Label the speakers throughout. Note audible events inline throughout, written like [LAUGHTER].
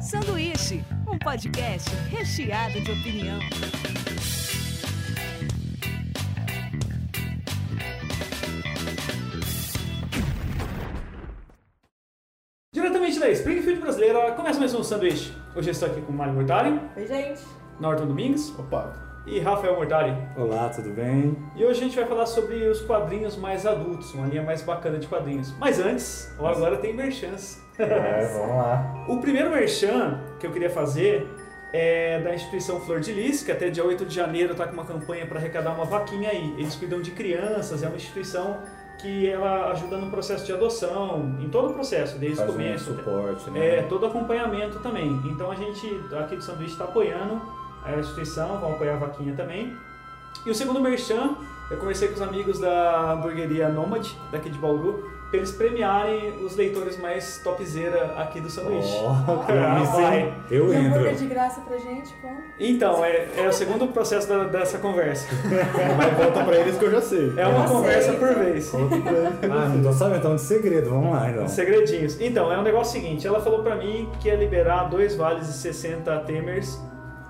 Speaker 1: Sanduíche, um podcast recheado de opinião.
Speaker 2: Diretamente da Springfield Brasileira, começa mais um sanduíche. Hoje eu estou aqui com Mário Mortari,
Speaker 3: Oi, gente.
Speaker 2: Norton Domingues
Speaker 4: Opa.
Speaker 2: e Rafael Mortari.
Speaker 4: Olá, tudo bem?
Speaker 2: E hoje a gente vai falar sobre os quadrinhos mais adultos, uma linha mais bacana de quadrinhos. Mas antes, ó, agora tem merchans.
Speaker 4: É, vamos lá.
Speaker 2: O primeiro merchan que eu queria fazer é da instituição Flor de Lis, que até dia 8 de janeiro está com uma campanha para arrecadar uma vaquinha aí. Eles cuidam de crianças, é uma instituição que ela ajuda no processo de adoção, em todo o processo, desde
Speaker 4: Faz
Speaker 2: o
Speaker 4: um
Speaker 2: começo.
Speaker 4: suporte, né?
Speaker 2: É, todo acompanhamento também. Então a gente aqui do Sanduíche está apoiando a instituição, vão apoiar a vaquinha também. E o segundo merchan, eu conversei com os amigos da hamburgueria Nomad, daqui de Bauru, para eles premiarem os leitores mais topzera aqui do Sanduíche.
Speaker 4: Ó, que
Speaker 2: Ah,
Speaker 4: isso, hein? Eu
Speaker 3: E hambúrguer
Speaker 4: entro.
Speaker 3: um é de graça pra gente, como?
Speaker 2: Então, é, é o segundo processo da- dessa conversa.
Speaker 4: Mas conta pra eles que eu já sei.
Speaker 2: É uma
Speaker 3: Aceito.
Speaker 2: conversa por vez.
Speaker 4: Conta pra eles. Ah, não tô sabendo, então de segredo. Vamos lá, então.
Speaker 2: Segredinhos. Então, é um negócio seguinte, ela falou pra mim que ia liberar dois vales e 60 temers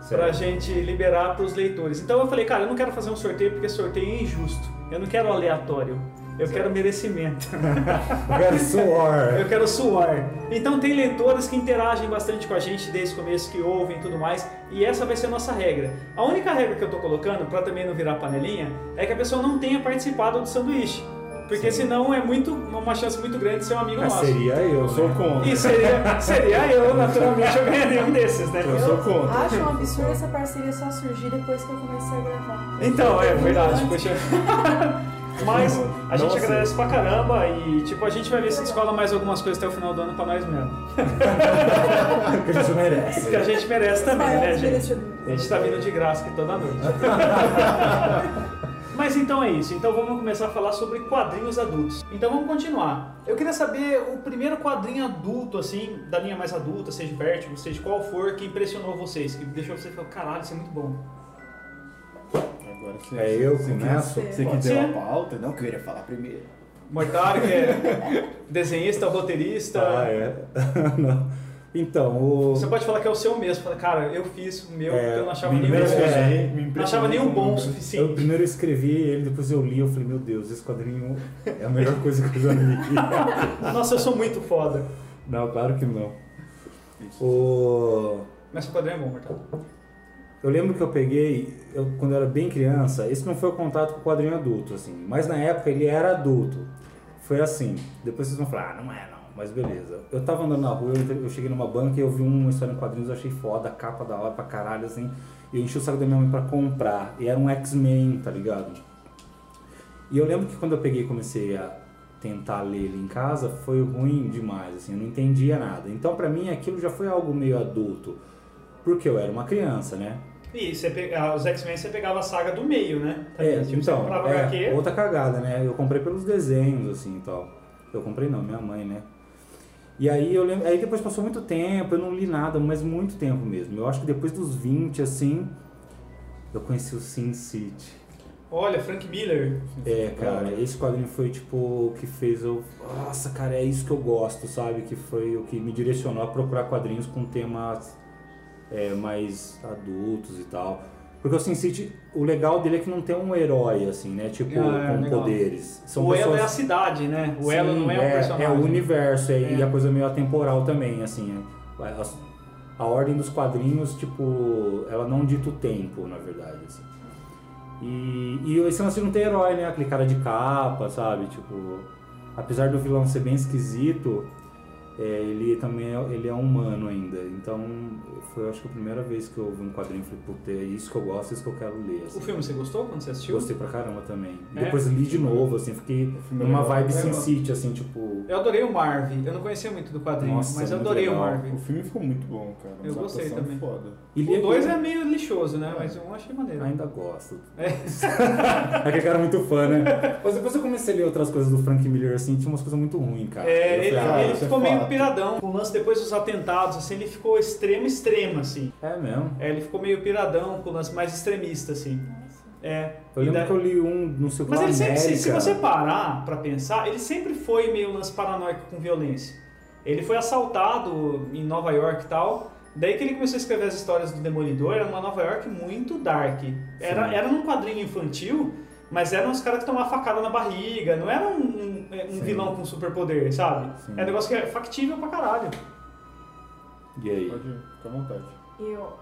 Speaker 2: pra gente liberar pros leitores. Então eu falei, cara, eu não quero fazer um sorteio porque sorteio é injusto. Eu não quero aleatório. Eu quero merecimento.
Speaker 4: Eu quero suor.
Speaker 2: Eu quero suar. Então tem leitores que interagem bastante com a gente desde o começo, que ouvem e tudo mais. E essa vai ser a nossa regra. A única regra que eu tô colocando, pra também não virar panelinha, é que a pessoa não tenha participado do sanduíche. Porque senão é muito uma chance muito grande de ser um amigo
Speaker 4: Ah,
Speaker 2: nosso.
Speaker 4: seria eu, né? sou contra.
Speaker 2: E seria, seria eu, naturalmente, eu ganharia um desses, né?
Speaker 4: Eu sou contra.
Speaker 3: Acho um absurdo essa parceria só surgir depois que eu comecei a gravar.
Speaker 2: Então, é verdade, [LAUGHS] poxa. Mas a gente
Speaker 4: Nossa.
Speaker 2: agradece pra caramba e, tipo, a gente vai ver se descola mais algumas coisas até o final do ano pra nós mesmo.
Speaker 4: Que a gente merece.
Speaker 2: Que a gente merece também, né,
Speaker 3: Maiores
Speaker 2: gente?
Speaker 3: merecedores.
Speaker 2: A gente tá vindo de graça aqui toda [LAUGHS] noite. Mas então é isso. Então vamos começar a falar sobre quadrinhos adultos. Então vamos continuar. Eu queria saber o primeiro quadrinho adulto, assim, da linha mais adulta, seja Vertigo, seja qual for, que impressionou vocês, que deixou vocês falar, caralho, isso é muito bom.
Speaker 5: Agora sim.
Speaker 4: É eu que
Speaker 5: Sim, né?
Speaker 4: começo?
Speaker 5: Você que
Speaker 2: Pode
Speaker 5: deu
Speaker 2: ser.
Speaker 5: a pauta, não que eu iria falar primeiro.
Speaker 2: Mortari, que é desenhista, roteirista.
Speaker 4: Ah, é. [LAUGHS] Não. Então, o...
Speaker 2: Você pode falar que é o seu mesmo. Fala, cara, eu fiz o meu, porque eu não achava
Speaker 4: É, me
Speaker 2: nenhum bom.
Speaker 4: impressionei,
Speaker 5: me
Speaker 2: Não achava nenhum bom o
Speaker 4: Eu
Speaker 2: suficiente.
Speaker 4: primeiro escrevi ele, depois eu li, eu falei, meu Deus, esse quadrinho é a melhor coisa que eu já li. [LAUGHS]
Speaker 2: Nossa, eu sou muito foda.
Speaker 4: Não, claro que não. O...
Speaker 2: Mas o quadrinho é bom, Mortari.
Speaker 4: Eu lembro que eu peguei, eu, quando eu era bem criança, esse não foi o contato com o quadrinho adulto, assim. Mas na época ele era adulto. Foi assim. Depois vocês vão falar, ah, não é não, mas beleza. Eu tava andando na rua, eu, entrei- eu cheguei numa banca e eu vi uma história em quadrinhos, eu achei foda, capa da hora pra caralho, assim. E eu enchi o saco da minha mãe pra comprar. E era um X-Men, tá ligado? E eu lembro que quando eu peguei e comecei a tentar ler ele em casa, foi ruim demais, assim, eu não entendia nada. Então pra mim aquilo já foi algo meio adulto. Porque eu era uma criança, né?
Speaker 2: E você pe- ah, os X-Men você pegava a saga do meio, né?
Speaker 4: É,
Speaker 2: Tipo, você
Speaker 4: então,
Speaker 2: comprava
Speaker 4: é,
Speaker 2: HQ.
Speaker 4: outra cagada, né? Eu comprei pelos desenhos, assim, e tal. Eu comprei não, minha mãe, né? E aí eu lembro, aí depois passou muito tempo, eu não li nada, mas muito tempo mesmo. Eu acho que depois dos 20, assim, eu conheci o Sin City.
Speaker 2: Olha, Frank Miller.
Speaker 4: É, cara, esse quadrinho foi tipo o que fez eu. Nossa, cara, é isso que eu gosto, sabe? Que foi o que me direcionou a procurar quadrinhos com temas é, mais adultos e tal. Porque o Sin City, o legal dele é que não tem um herói, assim, né? Tipo,
Speaker 2: Ah, é,
Speaker 4: com
Speaker 2: legal.
Speaker 4: poderes. São
Speaker 2: o Elo
Speaker 4: pessoas...
Speaker 2: é a cidade, né? O
Speaker 4: Sim,
Speaker 2: Elo não é, um personagem.
Speaker 4: É o universo, é- e
Speaker 2: É.
Speaker 4: a coisa meio atemporal também, assim. é. A, a- a ordem dos quadrinhos, tipo, ela não dita o tempo, na verdade, assim. E, e esse lance de não ter herói, né? Aquele cara de capa, sabe? Tipo, apesar do vilão ser bem esquisito, é, ele também é, ele é humano ainda. Então, foi, acho que a primeira vez que eu ouvi um quadrinho, falei, puta, é isso que eu gosto, é isso que eu quero ler, assim.
Speaker 2: O filme você gostou quando você assistiu?
Speaker 4: Gostei pra caramba também.
Speaker 2: É?
Speaker 4: Depois li de novo, assim, fiquei
Speaker 5: filme é
Speaker 4: numa
Speaker 5: legal.
Speaker 4: vibe
Speaker 2: É
Speaker 4: Sin
Speaker 2: legal.
Speaker 4: City, assim, tipo.
Speaker 2: Eu adorei o Marv. Eu não conhecia muito do quadrinho,
Speaker 4: Nossa, é
Speaker 2: mas eu
Speaker 4: muito
Speaker 2: adorei o
Speaker 4: legal.
Speaker 2: Marv.
Speaker 5: O filme ficou muito bom, cara.
Speaker 2: Eu
Speaker 5: Uma
Speaker 2: gostei
Speaker 5: atuação
Speaker 2: também.
Speaker 5: Foda.
Speaker 4: E li
Speaker 2: O 2
Speaker 4: aquele-
Speaker 2: é meio lixoso, né? Mas um eu achei maneiro.
Speaker 4: Ainda gosto.
Speaker 2: É.
Speaker 4: Aquele cara [LAUGHS] é muito fã, né? Mas depois eu comecei a ler outras coisas do Frank Miller, assim, tinha umas coisas muito ruins, cara.
Speaker 2: É,
Speaker 4: Eu
Speaker 2: ele,
Speaker 4: falei, "Ah,
Speaker 2: ele
Speaker 5: isso é
Speaker 2: ficou meio
Speaker 5: fato.
Speaker 2: piradão. O lance depois dos atentados, assim, ele ficou extremo, extremo, assim.
Speaker 4: "Ah, é mesmo.
Speaker 2: É, ele ficou meio piradão com o lance mais extremista, assim. É.
Speaker 4: Eu
Speaker 2: e
Speaker 4: lembro
Speaker 2: daí-
Speaker 4: que eu li um, não sei o que
Speaker 2: Mas
Speaker 4: lá,
Speaker 2: ele sempre, se, se
Speaker 4: América.
Speaker 2: você parar pra pensar, ele sempre foi meio lance paranoico com violência. Ele foi assaltado em Nova York e tal, Daí que ele começou a escrever as histórias do Demolidor, era uma Nova York muito dark. Era,
Speaker 4: Sim.
Speaker 2: era num quadrinho infantil, mas eram uns caras que tomavam facada na barriga, não era um, um- é, um
Speaker 4: Sim.
Speaker 2: vilão com superpoder, sabe?
Speaker 4: Sim.
Speaker 2: É um negócio que é factível pra caralho.
Speaker 4: E aí?
Speaker 5: Pode ir, fica à vontade.
Speaker 3: Eu.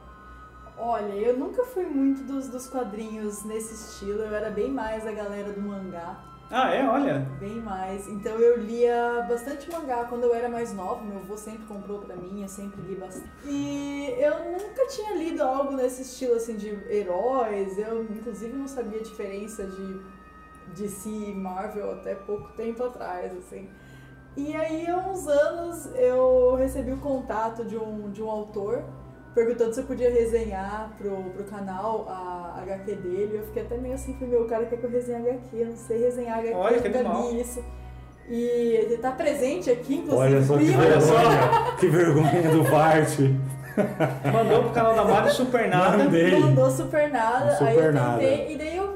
Speaker 3: Olha, eu nunca fui muito dos, dos quadrinhos nesse estilo, eu era bem mais a galera do mangá,
Speaker 2: Ah, é? Olha.
Speaker 3: bem mais. Então eu lia bastante mangá quando eu era mais nova, meu avô sempre comprou pra mim, eu sempre li bastante. E eu nunca tinha lido algo nesse estilo assim de heróis, eu inclusive não sabia a diferença de de si e Marvel até pouco tempo atrás, assim. E aí, há uns anos, eu recebi o contato de um, de um autor perguntando se eu podia resenhar pro, pro canal a HQ dele. Eu fiquei até meio assim, falei, meu, o cara quer que eu resenhe HQ, eu não sei resenhar HQ,
Speaker 2: Olha,
Speaker 3: eu
Speaker 2: que
Speaker 3: nunca
Speaker 2: animal.
Speaker 3: li isso. E ele tá presente aqui, inclusive.
Speaker 4: Olha só que
Speaker 3: primo.
Speaker 4: vergonha, que vergonha do Bart.
Speaker 2: Mandou pro canal da Mari Super Nada.
Speaker 4: Mandei.
Speaker 3: Mandou super nada,
Speaker 4: Super
Speaker 3: aí eu tentei,
Speaker 4: nada.
Speaker 3: e daí eu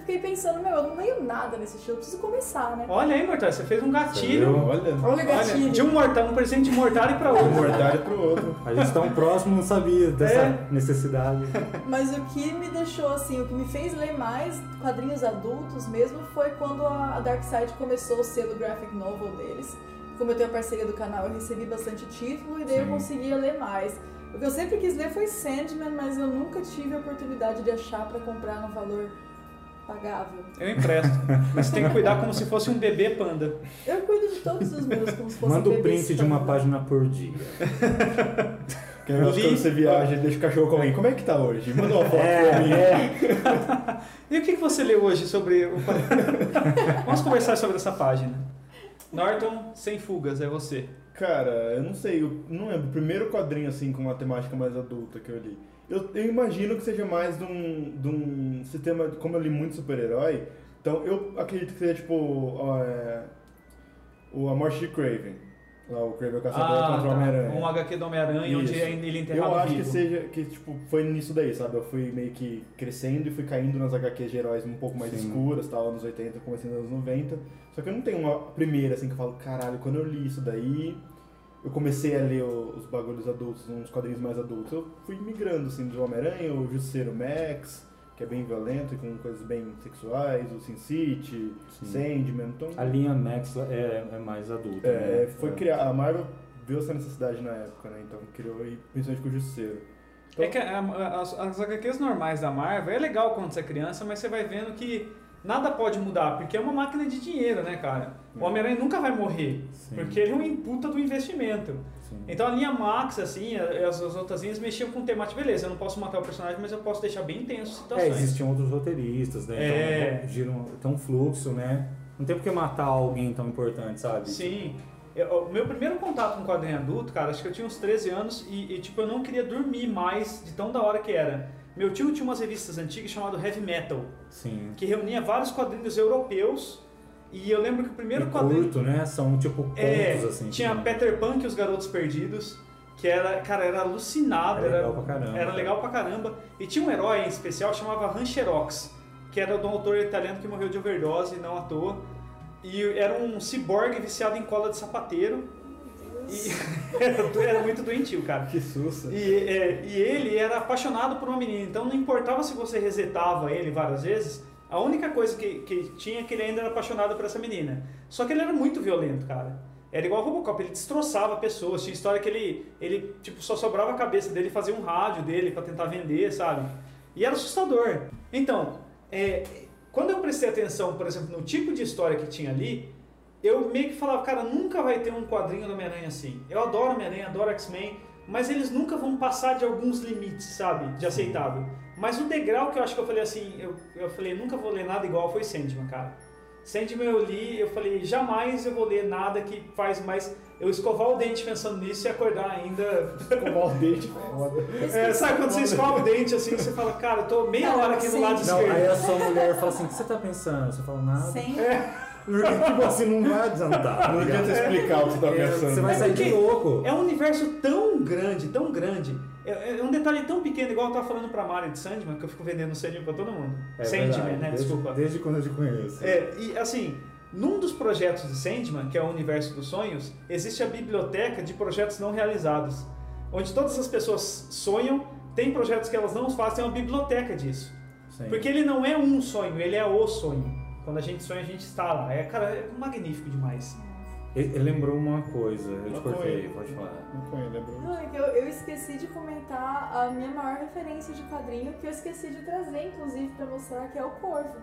Speaker 3: fiquei pensando, meu, eu não leio nada nesse estilo, eu preciso começar, né?
Speaker 2: Olha aí, Mortal, você fez um
Speaker 4: Você
Speaker 2: gatilho.
Speaker 4: viu?
Speaker 5: Olha,
Speaker 3: Olha o gatilho.
Speaker 2: Olha, de um, mortal, um presente de mortal e pra
Speaker 5: um
Speaker 2: outro.
Speaker 5: mortalho pro outro.
Speaker 4: A gente tá um próximo, não sabia dessa
Speaker 2: É.
Speaker 4: necessidade.
Speaker 3: Mas o que me deixou assim, o que me fez ler mais quadrinhos adultos mesmo foi quando a a Dark Side começou o selo graphic novel deles. Como eu tenho a parceria do canal, eu recebi bastante título e daí eu
Speaker 4: Sim.
Speaker 3: conseguia ler mais. O que eu sempre quis ler foi Sandman, mas eu nunca tive a oportunidade de achar pra comprar num valor pagável.
Speaker 2: Eu
Speaker 5: [LAUGHS]
Speaker 2: empresto. Mas você tem que cuidar como se fosse um bebê panda.
Speaker 3: Eu cuido de todos os meus, como se fosse
Speaker 4: Manda o
Speaker 3: bebês
Speaker 4: print de uma
Speaker 2: né?
Speaker 3: falando.
Speaker 4: página por dia.
Speaker 5: Que nem
Speaker 2: Li-
Speaker 5: quando você viaja e deixa o cachorro com alguém. Como é que tá hoje? Manda uma foto pra mim.
Speaker 4: É, é.
Speaker 2: E o que que você leu hoje sobre. o- [LAUGHS] Vamos conversar sobre essa página. Norton sem fugas, é você.
Speaker 5: Cara, eu não sei, eu não lembro. O primeiro quadrinho, assim, com uma temática mais adulta que eu li. Eu, eu imagino que seja mais de um, de um sistema, como eu li muito super-herói, então eu acredito que seja, tipo, ó, é, o A Morte de Craven. Lá, o Craven é o caçador contra o Homem-Aranha.
Speaker 2: um HQ do Homem-Aranha, onde
Speaker 5: Isso.
Speaker 2: ele é enterrado
Speaker 5: Eu acho
Speaker 2: vivo.
Speaker 5: que seja que tipo foi nisso daí, sabe? Eu fui meio que crescendo e fui caindo nas HQs de heróis um pouco mais
Speaker 4: Sim.
Speaker 5: escuras, tal, anos 80, começando nos anos 90. Só que eu não tenho uma primeira assim que eu falo, caralho, quando eu li isso daí, eu comecei a ler o- os bagulhos adultos, uns quadrinhos mais adultos. Eu fui migrando assim do Homem-Aranha, o Justiceiro Max, que é bem violento e com coisas bem sexuais, o Sin City,
Speaker 4: Sim.
Speaker 5: Sandman, então
Speaker 4: A linha Max é, é mais adulta.
Speaker 5: é,
Speaker 4: né?
Speaker 5: foi criar, a Marvel viu essa necessidade na época, né? Então criou e principalmente com o Justiceiro.
Speaker 2: É que a- a- as, as HQs normais da Marvel é legal quando você é criança, mas você vai vendo que nada pode mudar, porque é uma máquina de dinheiro, né, cara? O Homem-Aranha nunca vai morrer,
Speaker 4: Sim.
Speaker 2: porque ele é um puta do investimento.
Speaker 4: Sim.
Speaker 2: Então a linha Max, assim, a- as, as outras linhas mexiam com temática. Beleza, eu não posso matar o personagem, mas eu posso deixar bem tenso
Speaker 4: É,
Speaker 2: situações.
Speaker 4: existiam outros roteiristas, né?
Speaker 2: É.
Speaker 4: Então, gira um, tem um fluxo, né? Não tem por que matar alguém tão importante, sabe?
Speaker 2: Sim. Eu- o meu primeiro contato com quadrinho adulto, cara, acho que eu tinha uns 13 anos e, e, tipo, eu não queria dormir mais de tão da hora que era. Meu tio tinha umas revistas antigas chamado Heavy Metal,
Speaker 4: Tipo, Sim.
Speaker 2: que reunia vários quadrinhos europeus. E eu lembro que o primeiro
Speaker 4: E
Speaker 2: quadrinho.
Speaker 4: curto, né? São tipo contos,
Speaker 2: é,
Speaker 4: assim.
Speaker 2: tinha
Speaker 4: que-
Speaker 2: Peter Pan e os Garotos Perdidos, que era, cara, era alucinado.
Speaker 4: Era
Speaker 2: Era
Speaker 4: legal pra caramba.
Speaker 2: Era legal pra caramba. E tinha um herói em especial que chamava Rancherox, que era de um autor italiano que morreu de overdose, não à toa. E era um ciborgue viciado em cola de sapateiro. E era, do- [LAUGHS] era muito doentio, cara.
Speaker 5: Que susto.
Speaker 2: E, é, e ele era apaixonado por uma menina, então não importava se você resetava ele várias vezes, a única coisa que, que tinha é que ele ainda era apaixonado por essa menina. Só que ele era muito violento, cara. Era igual o Robocop, ele destroçava pessoas, tinha história que ele, ele tipo, só sobrava a cabeça dele, fazia um rádio dele pra tentar vender, sabe? E era assustador. Então, é, quando eu prestei atenção, por exemplo, no tipo de história que tinha ali, eu meio que falava, cara, nunca vai ter um quadrinho do Homem-Aranha assim. Eu adoro Homem-Aranha, adoro X-Men, mas eles nunca vão passar de alguns limites, sabe? De aceitável. Mas o degrau que eu acho que eu falei assim, eu, eu falei, nunca vou ler nada igual foi Sandman, cara. Sandman eu li, eu falei, jamais eu vou ler nada que faz mais eu escovar o dente pensando nisso e acordar ainda.
Speaker 5: Escovar o dente, foda.
Speaker 2: É, sabe quando você escova o dente assim, você fala, cara, eu tô meia hora aqui do lado
Speaker 3: Sim.
Speaker 4: Não,
Speaker 2: esquerdo.
Speaker 4: aí a sua mulher fala assim, o que você tá pensando? Você fala nada. [LAUGHS]
Speaker 3: Sem
Speaker 4: Tipo assim, não vai adiantar.
Speaker 5: Não adianta explicar o que você tá
Speaker 4: É,
Speaker 5: pensando.
Speaker 4: Você vai sair de
Speaker 2: Porque-
Speaker 4: louco.
Speaker 2: É um universo tão grande, tão grande. É, é um detalhe tão pequeno, igual eu tava falando pra Mari de Sandman, que eu fico vendendo Sandman pra todo mundo.
Speaker 4: É
Speaker 2: Sandman,
Speaker 4: verdade,
Speaker 2: né?
Speaker 4: desde-
Speaker 2: Desculpa.
Speaker 4: Desde quando eu te conheço.
Speaker 2: É, e assim, num dos projetos de Sandman, que é o Universo dos Sonhos, existe a biblioteca de projetos não realizados. onde todas as pessoas sonham, tem projetos que elas não fazem, é uma biblioteca disso.
Speaker 5: Sim.
Speaker 2: Porque ele não é um sonho, ele é o sonho. Quando a gente sonha, a gente está lá. É, cara, é magnífico demais.
Speaker 4: Ele ele lembrou uma coisa, eu te
Speaker 5: Uma
Speaker 4: cortei,
Speaker 5: coisa.
Speaker 4: pode falar.
Speaker 5: Maconha, lembrou?
Speaker 3: Não, é que eu, eu esqueci de comentar a minha maior referência de quadrinho, que eu esqueci de trazer, inclusive, pra mostrar, que é o Corvo.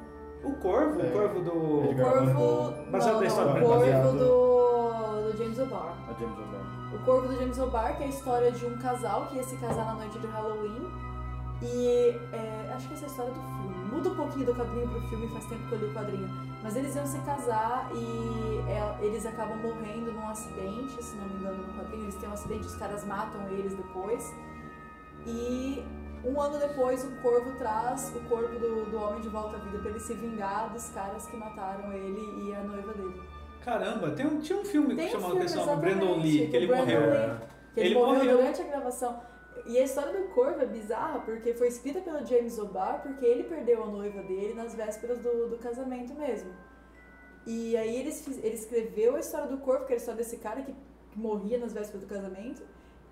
Speaker 2: O corvo,
Speaker 5: É.
Speaker 2: o corvo
Speaker 5: Ele
Speaker 2: do.
Speaker 5: ganhou
Speaker 3: Corvo.
Speaker 5: Baseado
Speaker 3: não, não,
Speaker 2: na história,
Speaker 3: o Corvo
Speaker 5: baseado.
Speaker 3: do, do James O'Barr.
Speaker 5: A James Bond.
Speaker 3: O Corvo do James O'Barr, que é a história de um casal que ia se casar na noite do Halloween. E é, acho que essa é a história do filme. Muda um pouquinho do quadrinho pro filme, faz tempo que eu li o quadrinho. Mas eles iam se casar e é, eles acabam morrendo num acidente, se não me engano, no quadrinho. Eles têm um acidente, os caras matam eles depois. E um ano depois, o corvo traz o corpo do, do homem de volta à vida pra ele se vingar dos caras que mataram ele e a noiva dele.
Speaker 2: Caramba, tem um, tinha um filme
Speaker 3: Tem
Speaker 2: que
Speaker 3: um
Speaker 2: chamava
Speaker 3: filme,
Speaker 2: atenção, o
Speaker 3: exatamente,
Speaker 2: Brandon Lee,
Speaker 3: do
Speaker 2: que ele
Speaker 3: Brandon
Speaker 2: morreu.
Speaker 3: Lee. Que ele,
Speaker 2: Ele
Speaker 3: morreu,
Speaker 2: morreu.
Speaker 3: durante a gravação. E a história do Corvo é bizarra porque foi escrita pelo James O'Barr porque ele perdeu a noiva dele nas vésperas do, do casamento mesmo. E aí eles, fiz- ele escreveu a história do Corvo, que era a história desse cara que, que morria nas vésperas do casamento.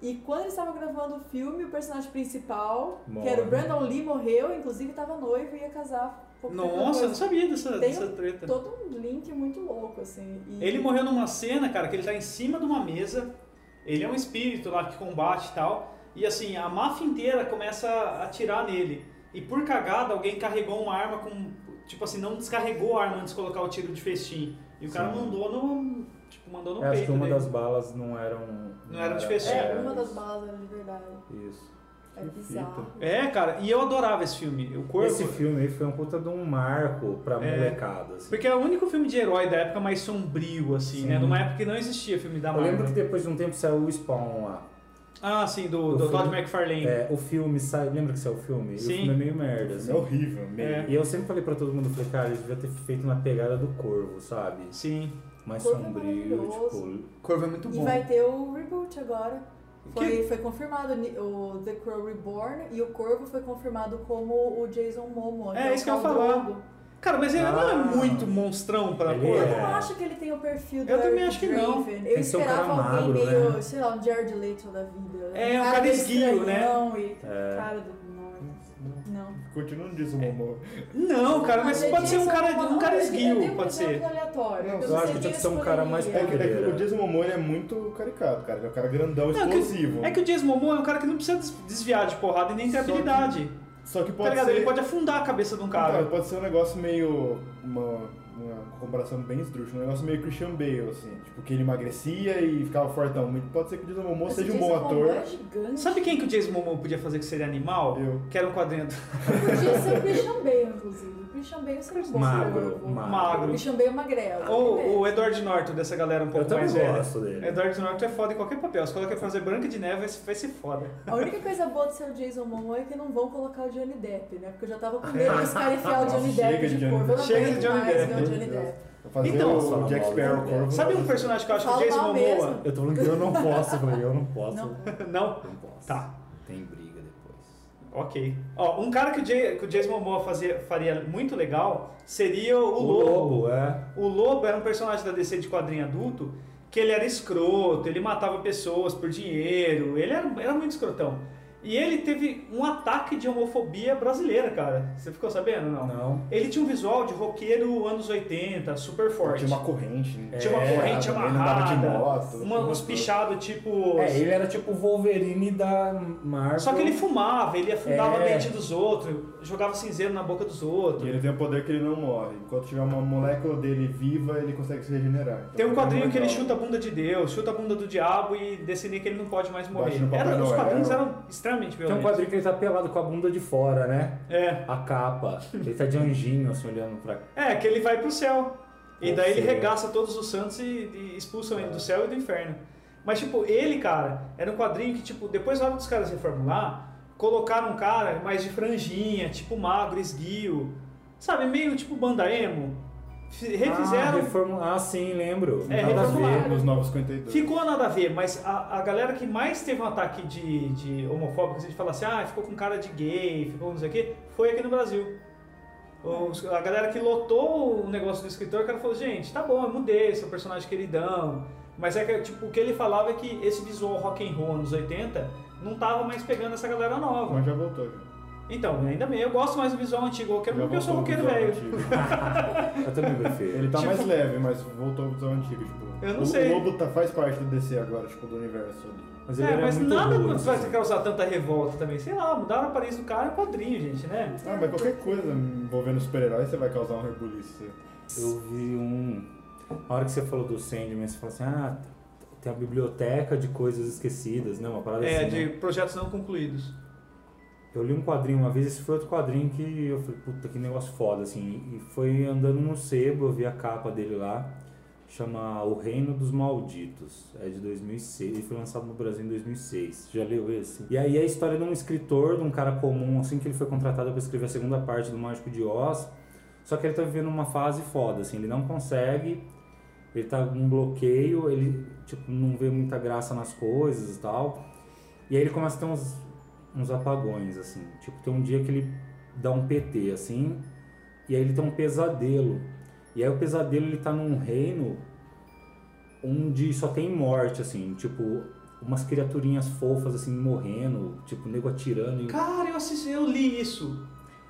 Speaker 3: E quando eles estavam gravando o filme, o personagem principal, que era o
Speaker 4: Morre.
Speaker 3: Brandon Lee, morreu, inclusive estava noivo e ia casar. pouco tempo
Speaker 2: Nossa, eu não
Speaker 3: depois.
Speaker 2: sabia dessa,
Speaker 3: Tem
Speaker 2: dessa treta.
Speaker 3: todo um link muito louco, assim. E-
Speaker 2: Ele morreu numa cena, cara, que ele tá em cima de uma mesa. Ele é um espírito lá que combate e tal. E assim, a máfia inteira começa a atirar nele. E por cagada, alguém carregou uma arma com. Tipo assim, não descarregou a arma antes de colocar o tiro de festim. E o cara
Speaker 4: Sim.
Speaker 2: mandou no. Tipo, mandou no
Speaker 4: Eu acho
Speaker 2: peito.
Speaker 4: que uma
Speaker 2: dele.
Speaker 4: das balas não eram. Não
Speaker 2: era de fechinha.
Speaker 3: É,
Speaker 4: era
Speaker 3: uma das
Speaker 4: isso.
Speaker 3: balas era de verdade.
Speaker 4: Isso.
Speaker 3: É
Speaker 5: Que
Speaker 3: bizarro.
Speaker 2: É, cara, e eu adorava esse filme. O Corvo.
Speaker 4: Esse filme aí foi um puta de um marco pra
Speaker 2: É.
Speaker 4: molecada. assim.
Speaker 2: Porque é o único filme de herói da época mais sombrio, assim,
Speaker 4: Sim.
Speaker 2: né? De uma época que não existia filme da
Speaker 4: Eu lembro que
Speaker 2: Marvel.
Speaker 4: depois de um tempo saiu o Spawn lá.
Speaker 2: Ah, sim, do,
Speaker 4: Eu
Speaker 2: do
Speaker 4: fui-
Speaker 2: Todd McFarlane.
Speaker 4: É, o filme saiu. Lembra que saiu o filme? E
Speaker 2: Sim.
Speaker 4: o filme é meio merda,
Speaker 5: Isso
Speaker 4: assim.
Speaker 5: é horrível, meio.
Speaker 2: É.
Speaker 4: E eu sempre falei pra todo mundo, falei, cara, eles deviam ter feito na pegada do corvo, sabe?
Speaker 2: Sim.
Speaker 4: Mais
Speaker 3: Corvo é
Speaker 4: sombrio,
Speaker 3: maravilhoso.
Speaker 4: tipo.
Speaker 5: Corvo é muito
Speaker 3: E vai ter o reboot agora. Foi, foi confirmado ni- o The Crow Reborn e o Corvo foi confirmado como o Jason Momoa.
Speaker 2: É,
Speaker 3: então,
Speaker 2: isso que eu ia
Speaker 3: tá o
Speaker 2: falar.
Speaker 3: Drogo.
Speaker 2: Cara, mas ele não é
Speaker 4: Ah.
Speaker 2: muito monstrão pra
Speaker 4: Ele
Speaker 2: Corvo.
Speaker 3: Eu
Speaker 4: É.
Speaker 3: não acho que ele tem o perfil do
Speaker 2: Eu também
Speaker 3: Eric
Speaker 2: acho que não.
Speaker 3: Draven. Eu
Speaker 4: que ser um cara
Speaker 3: esperava alguém
Speaker 4: magro,
Speaker 3: meio,
Speaker 4: né?
Speaker 3: sei lá, um Jared Leto da vida.
Speaker 2: É, um cara
Speaker 3: meio
Speaker 2: esguio, né?
Speaker 3: estranhão E
Speaker 4: É.
Speaker 3: cara do... Não. não.
Speaker 5: Continua no Jason Momoa.
Speaker 2: Não, cara, mas
Speaker 3: é
Speaker 2: pode ser um
Speaker 3: Jason
Speaker 2: cara,
Speaker 3: Momoa,
Speaker 2: um cara
Speaker 3: eu dei- eu dei
Speaker 2: esguio,
Speaker 3: um
Speaker 2: pode ser.
Speaker 3: exemplo aleatório.
Speaker 5: Não,
Speaker 3: porque
Speaker 5: eu
Speaker 3: não
Speaker 5: acho
Speaker 3: sei
Speaker 5: que
Speaker 4: tinha
Speaker 3: quem
Speaker 4: que ser um cara mais
Speaker 5: É
Speaker 3: escolheria.
Speaker 5: que, é que o Jason Momoa ele é muito caricato, cara. Ele é um cara grandão,
Speaker 2: Não, que-
Speaker 5: explosivo.
Speaker 2: É que o Jason Momoa é um cara que não precisa des- desviar de porrada e nem ter
Speaker 5: Só que
Speaker 2: habilidade.
Speaker 5: Só que
Speaker 2: Tá
Speaker 5: pode
Speaker 2: ligado?
Speaker 5: ser...
Speaker 2: Ele pode afundar a cabeça de um
Speaker 5: Cara,
Speaker 4: Então.
Speaker 2: cara.
Speaker 5: pode ser um negócio meio. Uma, uma comparação bem esdrúxula, um negócio meio Christian Bale, assim. Tipo, que ele emagrecia e ficava fortão. Mas Pode ser que o Jason Momoa
Speaker 3: Esse
Speaker 5: seja um
Speaker 3: Jason
Speaker 5: bom
Speaker 3: Momoa
Speaker 5: ator.
Speaker 3: é gigante.
Speaker 2: Sabe quem que o Jason Momoa podia fazer que seria animal?
Speaker 5: Eu.
Speaker 2: Que era um quadrinho.
Speaker 3: Podia ser o Christian Bale, inclusive. O Christian Bale seria um bom
Speaker 4: Magro,
Speaker 3: corvo.
Speaker 4: magro.
Speaker 3: O
Speaker 2: Magro.
Speaker 3: Christian Bale magrelo.
Speaker 2: Ou o Edward Norton dessa galera um pouco
Speaker 4: eu também
Speaker 2: mais velha.
Speaker 4: gosto dele.
Speaker 2: Edward Norton é foda em qualquer papel. Se coloca fazer Branca de Neve, vai ser- vai ser foda.
Speaker 3: A única coisa boa de ser o Jason Momoa é que não vão colocar o Johnny Depp, né? Porque eu já tava com medo dos caras enfiar o Johnny
Speaker 5: Nossa,
Speaker 3: Depp
Speaker 5: chega de
Speaker 3: de
Speaker 5: Johnny
Speaker 3: corvo. Eu não
Speaker 2: Chega de
Speaker 3: aguento
Speaker 2: Johnny
Speaker 3: mais
Speaker 2: Depp.
Speaker 3: ver o
Speaker 5: Meu
Speaker 3: Johnny
Speaker 5: Deus.
Speaker 3: Depp.
Speaker 5: Pra Fazer
Speaker 2: Então,
Speaker 5: o Jack Sparrow Corvo.
Speaker 2: Sabe um personagem que eu acho que o
Speaker 3: Fala
Speaker 2: Jason
Speaker 3: mal
Speaker 2: Momoa?
Speaker 4: Eu tô falando que eu não posso, eu falei, eu não posso.
Speaker 3: Não.
Speaker 2: [LAUGHS] Não?
Speaker 4: Não posso.
Speaker 2: Tá.
Speaker 4: Tem briga depois.
Speaker 2: Ok. Ó, um cara que o, Jay, que o Jason Momoa fazia, faria muito legal seria o,
Speaker 4: O
Speaker 2: Lobo.
Speaker 4: lobo, é.
Speaker 2: O Lobo era um personagem da DC de quadrinho adulto que ele era escroto, ele matava pessoas por dinheiro, ele era, era muito escrotão. E ele teve um ataque de homofobia brasileira, cara. Você ficou sabendo, não?
Speaker 4: Não.
Speaker 2: Ele tinha um visual de roqueiro anos 80, super forte.
Speaker 5: Tinha uma corrente, né?
Speaker 2: Tinha uma corrente
Speaker 5: também não dava de
Speaker 2: amarrada,
Speaker 5: moto,
Speaker 2: uma- uns
Speaker 5: tudo.
Speaker 2: pichados tipo...
Speaker 4: É, ele era tipo o Wolverine da Marvel.
Speaker 2: Só que ele fumava, ele afundava
Speaker 4: É.
Speaker 2: o dente dos outros, jogava cinzeiro na boca dos
Speaker 5: E
Speaker 2: outros.
Speaker 5: ele tem o poder que ele não morre. Enquanto tiver uma molécula dele viva, ele consegue se regenerar. Então,
Speaker 2: Tem um
Speaker 5: é
Speaker 2: quadrinho que ele
Speaker 5: legal.
Speaker 2: chuta a bunda de Deus, chuta a bunda do diabo e decidir que ele não pode mais morrer.
Speaker 5: Bate no Papai
Speaker 2: Era- os
Speaker 5: Noel.
Speaker 2: quadrinhos eram extremamente
Speaker 4: Tem um
Speaker 2: violentos.
Speaker 4: quadrinho que ele tá pelado com a bunda de fora, né?
Speaker 2: É.
Speaker 4: A capa. Ele tá de anjinho, assim, olhando pra
Speaker 2: É, que ele vai pro céu. E
Speaker 4: Pode
Speaker 2: daí ele
Speaker 4: ser. É.
Speaker 2: regaça todos os santos e, e expulsam ele do céu e do inferno. Mas, tipo, ele, cara, era um quadrinho que, tipo, depois na hora dos caras reformular, colocaram um cara mais de franjinha, tipo magro, esguio, sabe? Meio tipo banda emo. Fi-
Speaker 4: Ah,
Speaker 2: Refizeram,
Speaker 4: reformu- ah, sim, lembro.
Speaker 2: É,
Speaker 4: Nada a
Speaker 2: reformularam.
Speaker 4: ver.
Speaker 5: Nos Tá novos 52.
Speaker 2: Ficou nada a ver, mas a, a galera que mais teve um ataque de, assim, de homofóbico, se a gente fala assim, ah, ficou com cara de gay, ficou não sei o quê, foi aqui no Brasil. Os- a galera que lotou o negócio do escritor, o cara falou, gente, tá bom, eu mudei, esse é o personagem queridão. Mas é que, tipo, o que ele falava é que esse visual rock and roll nos 80 não tava mais pegando essa galera nova.
Speaker 5: Mas já voltou, já.
Speaker 2: Então, ainda bem, eu gosto mais do visual antigo roqueiro
Speaker 5: Já
Speaker 2: porque um eu sou
Speaker 5: voltou o
Speaker 2: roqueiro
Speaker 5: visual
Speaker 2: velho.
Speaker 5: antigo.
Speaker 4: Eu também
Speaker 2: [LAUGHS]
Speaker 4: prefiro.
Speaker 5: Ele tá
Speaker 2: Tipo-
Speaker 5: mais leve, mas voltou ao visual antigo, tipo.
Speaker 2: Eu não
Speaker 5: o,
Speaker 2: sei.
Speaker 5: O Lobo tá, faz parte do DC agora, tipo, do universo ali.
Speaker 4: Mas ele
Speaker 2: É,
Speaker 4: era
Speaker 2: mas
Speaker 4: muito
Speaker 2: nada
Speaker 4: ruim,
Speaker 2: vai
Speaker 4: assim.
Speaker 2: causar tanta revolta também. Sei lá, mudaram a aparência do cara é quadrinho, gente, né?
Speaker 5: Ah, mas qualquer coisa envolvendo super-heróis, você vai causar um rebuliço.
Speaker 4: Eu vi um. Na hora que você falou do Sandman, você falou assim: ah, tem a biblioteca de coisas esquecidas, né? Uma parada
Speaker 2: É,
Speaker 4: assim.
Speaker 2: de
Speaker 4: né?
Speaker 2: projetos não concluídos.
Speaker 4: Eu li um quadrinho uma vez, esse foi outro quadrinho que eu falei: puta, que negócio foda, assim. E foi andando no sebo, eu vi a capa dele lá, chama O Reino dos Malditos. É de 2006, ele foi lançado no Brasil em 2006. Já leu esse? E aí é a história de um escritor, de um cara comum, assim, que ele foi contratado para escrever a segunda parte do Mágico de Oz. Só que ele tá vivendo uma fase foda, assim, ele não consegue, ele tá com um bloqueio, ele, tipo, não vê muita graça nas coisas e tal. E aí ele começa a ter uns, uns apagões, assim. Tipo, tem um dia que ele dá um PT, assim, e aí ele tem um pesadelo. E aí o pesadelo, ele tá num reino onde só tem morte, assim, tipo, umas criaturinhas fofas, assim, morrendo, tipo, nego atirando em
Speaker 2: Cara, eu assisti, eu li isso.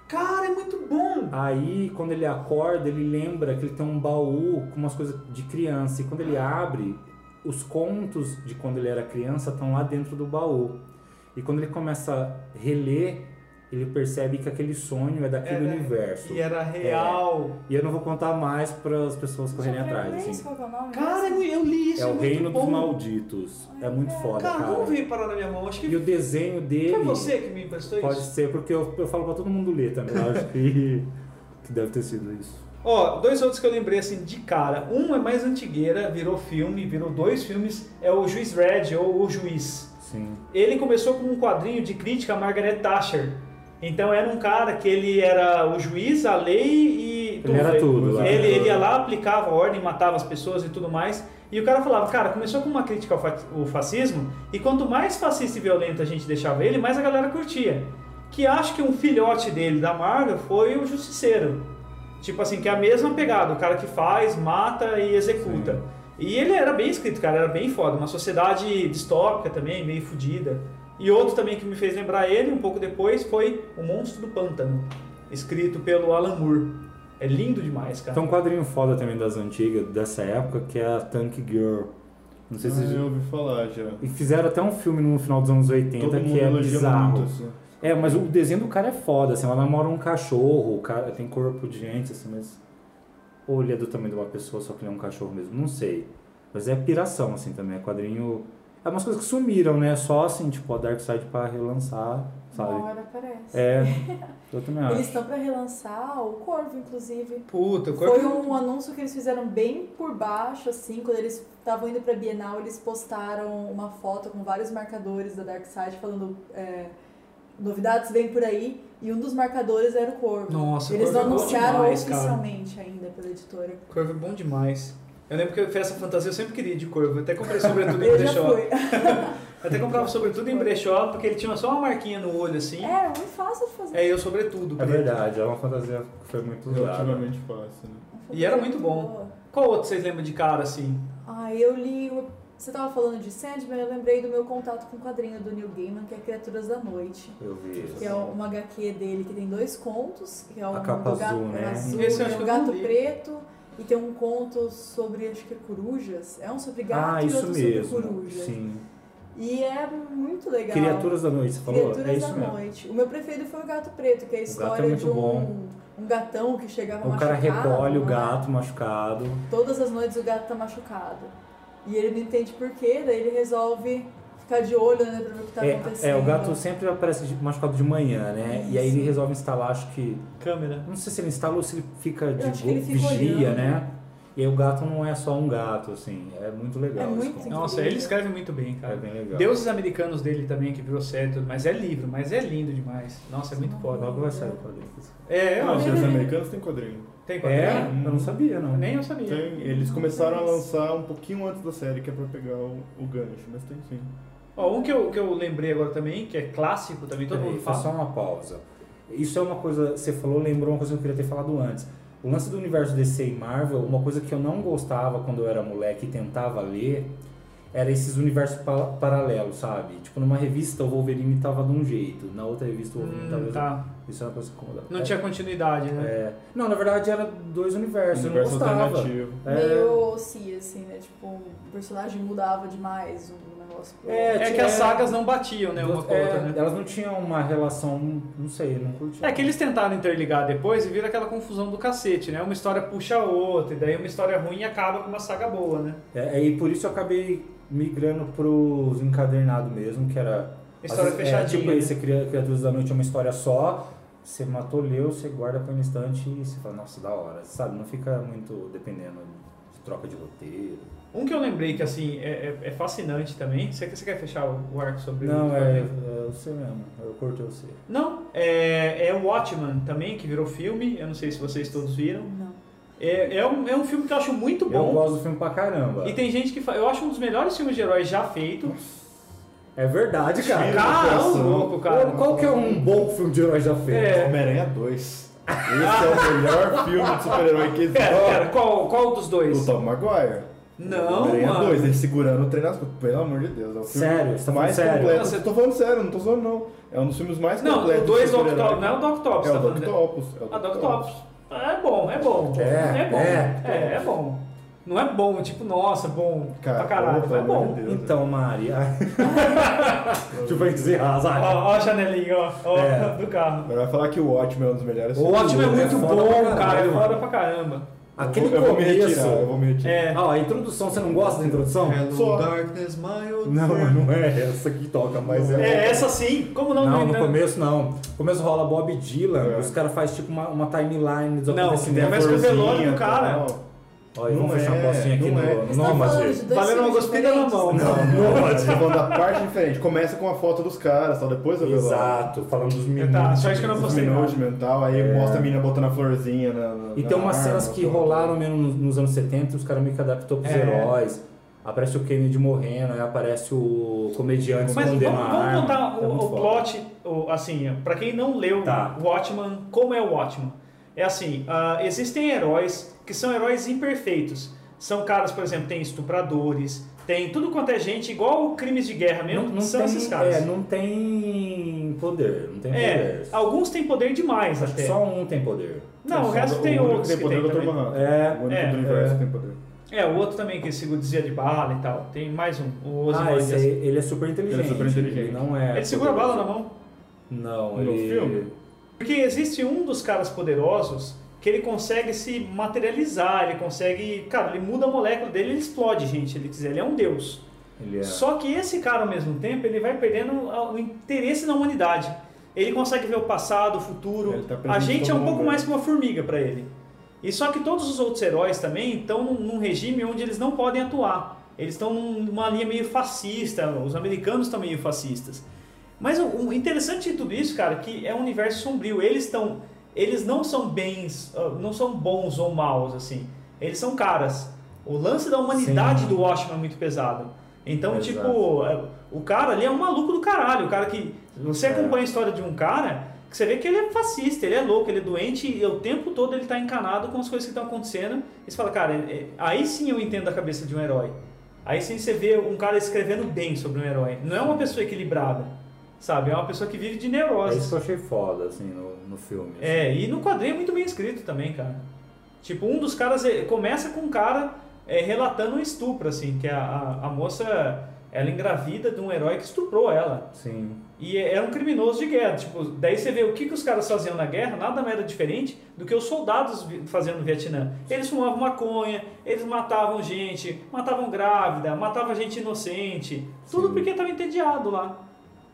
Speaker 2: Cara, é muito bom.
Speaker 4: Aí, quando ele acorda, ele lembra que ele tem um baú com umas coisas de criança. E quando ele abre, os contos de quando ele era criança estão lá dentro do baú. E quando ele começa a reler, ele percebe que aquele sonho é daquele
Speaker 2: Era-
Speaker 4: universo.
Speaker 2: E era real.
Speaker 4: E eu não vou contar mais para as pessoas correrem atrás. assim.
Speaker 3: Qual que é o nome?
Speaker 2: Cara, eu eu li isso.
Speaker 4: É o
Speaker 2: muito
Speaker 4: Reino
Speaker 2: bom.
Speaker 4: dos Malditos. É muito foda,
Speaker 2: Cara,
Speaker 4: cara.
Speaker 2: como veio parar na minha mão? Acho que
Speaker 4: E o desenho dele.
Speaker 2: foi você que me emprestou
Speaker 4: Pode
Speaker 2: isso.
Speaker 4: ser, porque eu, eu falo para todo mundo ler também. Eu acho que, [LAUGHS] que deve ter sido isso.
Speaker 2: Ó, dois outros que eu lembrei assim de cara. Um é mais antigueira, virou filme, virou dois filmes. É o Juiz Red ou O Juiz.
Speaker 4: Sim.
Speaker 2: Ele começou com um quadrinho de crítica a Margaret Thatcher. Então era um cara que ele era o juiz, a lei e
Speaker 4: Ele era tudo lá.
Speaker 2: Ele, ele ia lá, aplicava a ordem, matava as pessoas e tudo mais. E o cara falava, cara, começou com uma crítica ao fa- ao fascismo, e quanto mais fascista e violento a gente deixava ele, mais a galera curtia. Que acho que um filhote dele da Marvel foi o Justiceiro. Tipo assim, que é a mesma pegada, o cara que faz, mata e executa. E ele era bem escrito, cara, era bem foda. Uma sociedade distópica também, meio fodida. E outro também que me fez lembrar ele, um pouco depois, foi O Monstro do Pântano, escrito pelo Alan Moore. É lindo demais, cara.
Speaker 4: Tem um quadrinho foda também das antigas, dessa época, que é a Tank Girl. Não sei se vocês
Speaker 5: já
Speaker 4: viram.
Speaker 5: Ah, ouvi falar já.
Speaker 4: E fizeram até um filme no final dos anos 80
Speaker 5: Todo mundo
Speaker 4: que é
Speaker 5: elogia
Speaker 4: bizarro.
Speaker 5: muito, assim.
Speaker 4: É, mas o desenho do cara é foda, assim, ela namora um cachorro, o cara tem corpo de gente, assim, mas. Ou ele é do tamanho de uma pessoa, só que ele é um cachorro mesmo, não sei. Mas é piração, assim, também, é quadrinho. É umas coisas que sumiram, né? Só assim, tipo, a Dark Side pra relançar,
Speaker 3: Uma
Speaker 4: sabe?
Speaker 3: hora aparece.
Speaker 5: [LAUGHS]
Speaker 4: É. Eu também
Speaker 3: Eles
Speaker 4: acho.
Speaker 3: estão pra relançar o Corvo, inclusive.
Speaker 2: Puta, o é corpo-
Speaker 3: Foi um anúncio que eles fizeram bem por baixo, assim, quando eles estavam indo pra Bienal, eles postaram uma foto com vários marcadores da Dark Side falando é, novidades vêm por aí, e um dos marcadores era o Corvo.
Speaker 2: Nossa, o
Speaker 3: eles não
Speaker 2: Corvo é bom
Speaker 3: anunciaram
Speaker 2: demais, cara.
Speaker 3: oficialmente ainda pela editora.
Speaker 2: o corvo é bom demais. Eu lembro que eu fiz essa fantasia, eu sempre queria de corvo. Eu até comprei sobretudo
Speaker 3: [LAUGHS]
Speaker 2: em
Speaker 3: Eu já
Speaker 2: brechó.
Speaker 3: fui.
Speaker 2: Eu até comprava sobretudo em brechó, porque ele tinha só uma marquinha no olho, assim.
Speaker 3: Era É, muito fácil de fazer.
Speaker 2: É, eu sobretudo.
Speaker 4: É verdade, é uma fantasia que foi muito usada.
Speaker 5: Relativamente fácil, né?
Speaker 2: E era muito bom.
Speaker 3: Boa.
Speaker 2: Qual outro vocês lembram de cara, assim?
Speaker 3: Ah, eu li. o- Você tava falando de Sandman, eu lembrei do meu contato com o quadrinho do Neil Gaiman, que é Criaturas da Noite.
Speaker 4: Eu vi isso.
Speaker 3: Que é uma HQ dele que tem dois contos, que é um
Speaker 4: A capa
Speaker 3: do gato
Speaker 4: azul, né?
Speaker 3: azul
Speaker 2: Esse eu
Speaker 3: e
Speaker 2: acho que
Speaker 3: um
Speaker 2: eu
Speaker 3: gato
Speaker 2: não li.
Speaker 3: preto, e tem um conto sobre, acho que é corujas. É um sobre gato
Speaker 4: ah,
Speaker 3: e
Speaker 4: isso
Speaker 3: outro
Speaker 4: mesmo.
Speaker 3: sobre corujas.
Speaker 4: Sim.
Speaker 3: E é muito legal.
Speaker 4: Criaturas da noite, você falou?
Speaker 3: Criaturas
Speaker 4: é isso
Speaker 3: da
Speaker 4: mesmo.
Speaker 3: noite. O meu preferido foi o gato preto, que é a
Speaker 4: gato é
Speaker 3: história
Speaker 4: muito
Speaker 3: de um,
Speaker 4: bom.
Speaker 3: um gatão que chegava
Speaker 4: O É um cara
Speaker 3: machucado.
Speaker 4: recolhe o
Speaker 3: né?
Speaker 4: gato machucado.
Speaker 3: Todas as noites o gato tá machucado. E ele não entende porquê, daí ele resolve ficar de olho, né, pra ver o que tá
Speaker 4: é,
Speaker 3: acontecendo.
Speaker 4: é, o gato sempre aparece de- machucado de manhã, né? E aí ele resolve instalar, acho que.
Speaker 2: Câmera.
Speaker 4: Não sei se ele instala ou se ele fica de
Speaker 3: acho que
Speaker 4: go-
Speaker 3: ele fica
Speaker 4: vigia,
Speaker 3: olhando.
Speaker 4: né? E aí o gato não é só um gato, assim. É muito legal
Speaker 3: É
Speaker 4: esse
Speaker 3: muito
Speaker 4: conto.
Speaker 3: incrível.
Speaker 2: Nossa, ele escreve muito bem,
Speaker 4: É
Speaker 2: cara.
Speaker 4: bem legal.
Speaker 2: Deuses americanos dele também, que virou série e tudo, mas é livro, mas é lindo demais. Nossa, é muito foda.
Speaker 4: Logo vai sair o quadrinho.
Speaker 2: É, eu
Speaker 5: Não, os
Speaker 2: acho.
Speaker 5: filmes americanos têm quadrinho.
Speaker 2: Tem
Speaker 4: É?
Speaker 2: quadrinho?
Speaker 4: Eu não sabia, não.
Speaker 2: Nem eu sabia.
Speaker 5: Tem, eles começaram a lançar um pouquinho antes da série, que é pra pegar o, o gancho, mas tem sim.
Speaker 2: Ó, um que eu, que eu lembrei agora também, que é clássico também, todo
Speaker 4: Peraí,
Speaker 2: mundo
Speaker 4: foi
Speaker 2: fala.
Speaker 4: só uma pausa. Isso é uma coisa, você falou, lembrou uma coisa que eu queria ter falado antes. O lance do universo DC e Marvel, uma coisa que eu não gostava quando eu era moleque e tentava ler, era esses universos pa- paralelos, sabe? Tipo, numa revista o Wolverine tava de um jeito, na outra revista o Wolverine tava
Speaker 2: Hum,
Speaker 4: de outro.
Speaker 2: tá.
Speaker 4: Isso era uma coisa que incomodava.
Speaker 2: Não
Speaker 4: É.
Speaker 2: tinha continuidade, né?
Speaker 4: É. Não, na verdade era dois universos,
Speaker 5: Universo
Speaker 4: eu não gostava.
Speaker 5: alternativo.
Speaker 4: É,
Speaker 3: Meio OC, assim, né? Tipo, o personagem mudava demais o negócio. pro
Speaker 4: É,
Speaker 3: outro.
Speaker 2: É que
Speaker 4: tinha-
Speaker 2: as sagas não batiam, né, uma com a
Speaker 4: é,
Speaker 2: outra, né?
Speaker 4: Elas não tinham uma relação, não sei, não curtia.
Speaker 2: É que eles tentaram interligar depois e vira aquela confusão do cacete, né? Uma história puxa a outra, e daí uma história ruim acaba com uma saga boa, né?
Speaker 4: É, e por isso eu acabei migrando pros encadernados mesmo, que era.
Speaker 2: História
Speaker 4: às vezes, é,
Speaker 2: fechadinha.
Speaker 4: tipo,
Speaker 2: né?
Speaker 4: aí você cria Criaturas da Noite é uma história só, você matou, leu, você guarda por um instante e você fala, nossa, da hora, sabe? Não fica muito dependendo de troca de roteiro.
Speaker 2: Um que eu lembrei que, assim, é, é- é fascinante também. Você, você quer fechar o, o arco sobre o...
Speaker 4: Não, é, é você mesmo, eu cortei você.
Speaker 2: Não, é, é o Watchman também, que virou filme. Eu não sei se vocês todos viram.
Speaker 3: Não.
Speaker 2: É, é, um, é um filme que eu acho muito
Speaker 4: Eu
Speaker 2: bom.
Speaker 4: gosto do filme pra caramba.
Speaker 2: E tem gente que fala... Eu acho um dos melhores filmes de heróis já feito.
Speaker 4: É verdade, cara.
Speaker 5: Tira do
Speaker 2: Cara,
Speaker 5: coração.
Speaker 2: louco, cara.
Speaker 4: Qual que é um bom filme de herói já feito?
Speaker 2: É.
Speaker 5: Homem-Aranha 2. Esse é o
Speaker 2: [LAUGHS]
Speaker 5: melhor filme de super-herói que existe.
Speaker 2: Pera, pera, qual, qual dos
Speaker 5: O
Speaker 2: dois?
Speaker 5: Tom Maguire.
Speaker 2: Não,
Speaker 5: Homem-Aranha
Speaker 2: mano.
Speaker 5: 2, ele segurando o trem nas costas. Pelo amor de Deus. É o filme
Speaker 4: Sério? Você tá falando
Speaker 5: mais
Speaker 4: sério?
Speaker 5: completo.
Speaker 2: Não, você-
Speaker 5: Eu tô falando sério, não tô zoando não. É um dos filmes mais
Speaker 2: Não,
Speaker 5: completos.
Speaker 2: o dois
Speaker 5: de
Speaker 2: do
Speaker 5: super-herói.
Speaker 2: Octopus. Não é o do Octopus,
Speaker 5: É
Speaker 2: tá
Speaker 5: o
Speaker 2: falando?
Speaker 5: do Octopus. É
Speaker 2: Ah, Dr. Octopus. Ah, é bom, é bom.
Speaker 4: É,
Speaker 2: bom.
Speaker 4: é.
Speaker 2: é, é bom. Não é bom, tipo, nossa, bom
Speaker 5: Cara,
Speaker 2: pra caralho.
Speaker 5: pelo
Speaker 2: É
Speaker 5: amor de
Speaker 2: bom.
Speaker 5: Deus. né?
Speaker 4: Então, Mari.
Speaker 2: [LAUGHS]
Speaker 4: tipo, a gente se
Speaker 2: Ó,
Speaker 4: arrasa.
Speaker 2: ó a janelinha, ó, ó
Speaker 4: É.
Speaker 2: do carro.
Speaker 5: Agora vai falar que o Watchmen é um dos melhores
Speaker 4: O
Speaker 2: O
Speaker 5: filmes.
Speaker 2: ótimo é
Speaker 4: É
Speaker 2: muito
Speaker 4: foda pra
Speaker 2: bom,
Speaker 4: caralho,
Speaker 2: cara. É
Speaker 4: mano.
Speaker 2: foda pra caramba.
Speaker 4: Aquele
Speaker 5: eu vou me retirar, eu
Speaker 4: começo.
Speaker 5: vou É, me retirar.
Speaker 2: É.
Speaker 4: Ah, a introdução, você não gosta da introdução?
Speaker 5: Só.
Speaker 2: darkness, my old
Speaker 4: Não,
Speaker 2: friend.
Speaker 4: não é essa que toca, mas
Speaker 5: Não.
Speaker 2: É,
Speaker 4: é.
Speaker 2: essa sim. Como não?
Speaker 4: Não, no
Speaker 2: né?
Speaker 4: começo não. No começo rola Bob Dylan,
Speaker 5: É.
Speaker 4: os caras fazem tipo uma, uma timeline dos
Speaker 2: Não,
Speaker 4: acontecimentos.
Speaker 2: começa com o velório do cara.
Speaker 5: Tal.
Speaker 4: Ó, e vamos
Speaker 5: Não
Speaker 4: fechar
Speaker 5: é,
Speaker 4: a bocinha aqui
Speaker 5: não é.
Speaker 4: no
Speaker 5: Você
Speaker 3: Vocês
Speaker 4: no
Speaker 3: tão
Speaker 4: Amazon.
Speaker 3: tá falando de dois
Speaker 2: Valendo uma
Speaker 3: filmes
Speaker 2: cuspida na
Speaker 3: diferentes?
Speaker 2: mão.
Speaker 5: Não, não, eu tô falando da parte diferente. Começa com a foto dos caras, só depois eu
Speaker 4: Exato, falando dos meninos.
Speaker 2: Tá, só acho que eu não
Speaker 5: Os
Speaker 2: postei
Speaker 5: minutos
Speaker 2: nada.
Speaker 5: mental, aí mostra a menina botando a florzinha na. na
Speaker 4: E tem
Speaker 5: na
Speaker 4: umas
Speaker 5: arma,
Speaker 4: cenas que
Speaker 5: tudo.
Speaker 4: rolaram mesmo nos, nos anos 70, os caras meio que adaptou pros
Speaker 2: É.
Speaker 4: heróis. Aparece o Kennedy morrendo, aí aparece o comediante
Speaker 2: Mas vamos,
Speaker 4: escondendo a
Speaker 2: vamos
Speaker 4: arma.
Speaker 2: contar
Speaker 4: É
Speaker 2: o,
Speaker 4: muito
Speaker 2: o
Speaker 4: foda.
Speaker 2: plot, o- assim, pra quem não leu
Speaker 4: Tá.
Speaker 2: Watchman, como é o Watchman? É assim, ah, existem heróis que são heróis imperfeitos. São caras, por exemplo, tem estupradores, tem tudo quanto é gente, igual crimes de guerra mesmo,
Speaker 4: Não, não
Speaker 2: são esses
Speaker 4: tem,
Speaker 2: caras.
Speaker 4: é, não tem poder, não tem
Speaker 2: É,
Speaker 4: poder.
Speaker 2: alguns têm poder demais
Speaker 4: Acho que
Speaker 2: até.
Speaker 4: só um tem poder.
Speaker 2: Não, o resto tem
Speaker 5: único
Speaker 2: outros
Speaker 5: que
Speaker 2: que
Speaker 5: tem poder
Speaker 2: tem
Speaker 5: é o Dr.
Speaker 2: também.
Speaker 5: Manhattan.
Speaker 4: É,
Speaker 5: o único
Speaker 2: é,
Speaker 5: do universo
Speaker 4: é.
Speaker 5: que tem poder.
Speaker 2: É, o outro também que se dizia de bala e tal. Tem mais um, o
Speaker 4: Ah,
Speaker 2: Osmond.
Speaker 4: esse aí, ele é super inteligente.
Speaker 5: Ele é super inteligente.
Speaker 4: ele não é.
Speaker 2: Ele segura a bala na mão.
Speaker 4: Não,
Speaker 5: No
Speaker 4: ele.
Speaker 5: filme?
Speaker 2: Porque existe um dos caras poderosos que ele consegue se materializar, ele consegue. Cara, ele muda a molécula dele, ele explode, gente, ele quiser, ele é um deus.
Speaker 4: Ele é.
Speaker 2: Só que esse cara, ao mesmo tempo, ele vai perdendo a- o interesse na humanidade. Ele consegue ver o passado, o futuro.
Speaker 5: Ele tá presente
Speaker 2: a gente é
Speaker 5: todo
Speaker 2: um pouco
Speaker 5: mundo,
Speaker 2: mais que uma formiga pra ele. E só que todos os outros heróis também estão num, num regime onde eles não podem atuar. Eles estão num- numa linha meio fascista. Os americanos estão meio fascistas. Mas o, o interessante de tudo isso, cara, é que é um universo sombrio. Eles estão, eles não são bens, ah, não são bons ou maus assim. Eles são caras. O lance da humanidade
Speaker 4: Sim.
Speaker 2: do Watchmen é muito pesado. Então,
Speaker 4: Exato.
Speaker 2: tipo, é, o cara ali é um maluco do caralho. O cara que. Você
Speaker 4: É.
Speaker 2: acompanha a história de um cara que você vê que ele é fascista, ele é louco, ele é doente e o tempo todo ele tá encanado com as coisas que estão acontecendo. E você fala, cara, é- é- aí sim eu entendo a cabeça de um herói. Aí sim você vê um cara escrevendo bem sobre um herói. Não é uma pessoa equilibrada, sabe? É uma pessoa que vive de
Speaker 4: É isso
Speaker 2: neuroses.
Speaker 4: que eu achei foda, assim, no, no filme.
Speaker 2: É, e no quadrinho é muito bem escrito também, cara. Tipo, um dos caras eh, começa com um cara eh, relatando um estupro, assim, que a, a, a moça, ela engravida de um herói que estuprou ela.
Speaker 4: assim. Sim.
Speaker 2: E é- era um criminoso de guerra. Tipo, daí você vê o que, que os caras faziam na guerra, nada mais era diferente do que os soldados vi- faziam no Vietnã. Eles fumavam maconha, eles matavam gente, matavam grávida, matavam gente inocente. Tudo
Speaker 4: Sim.
Speaker 2: porque tava entediado lá.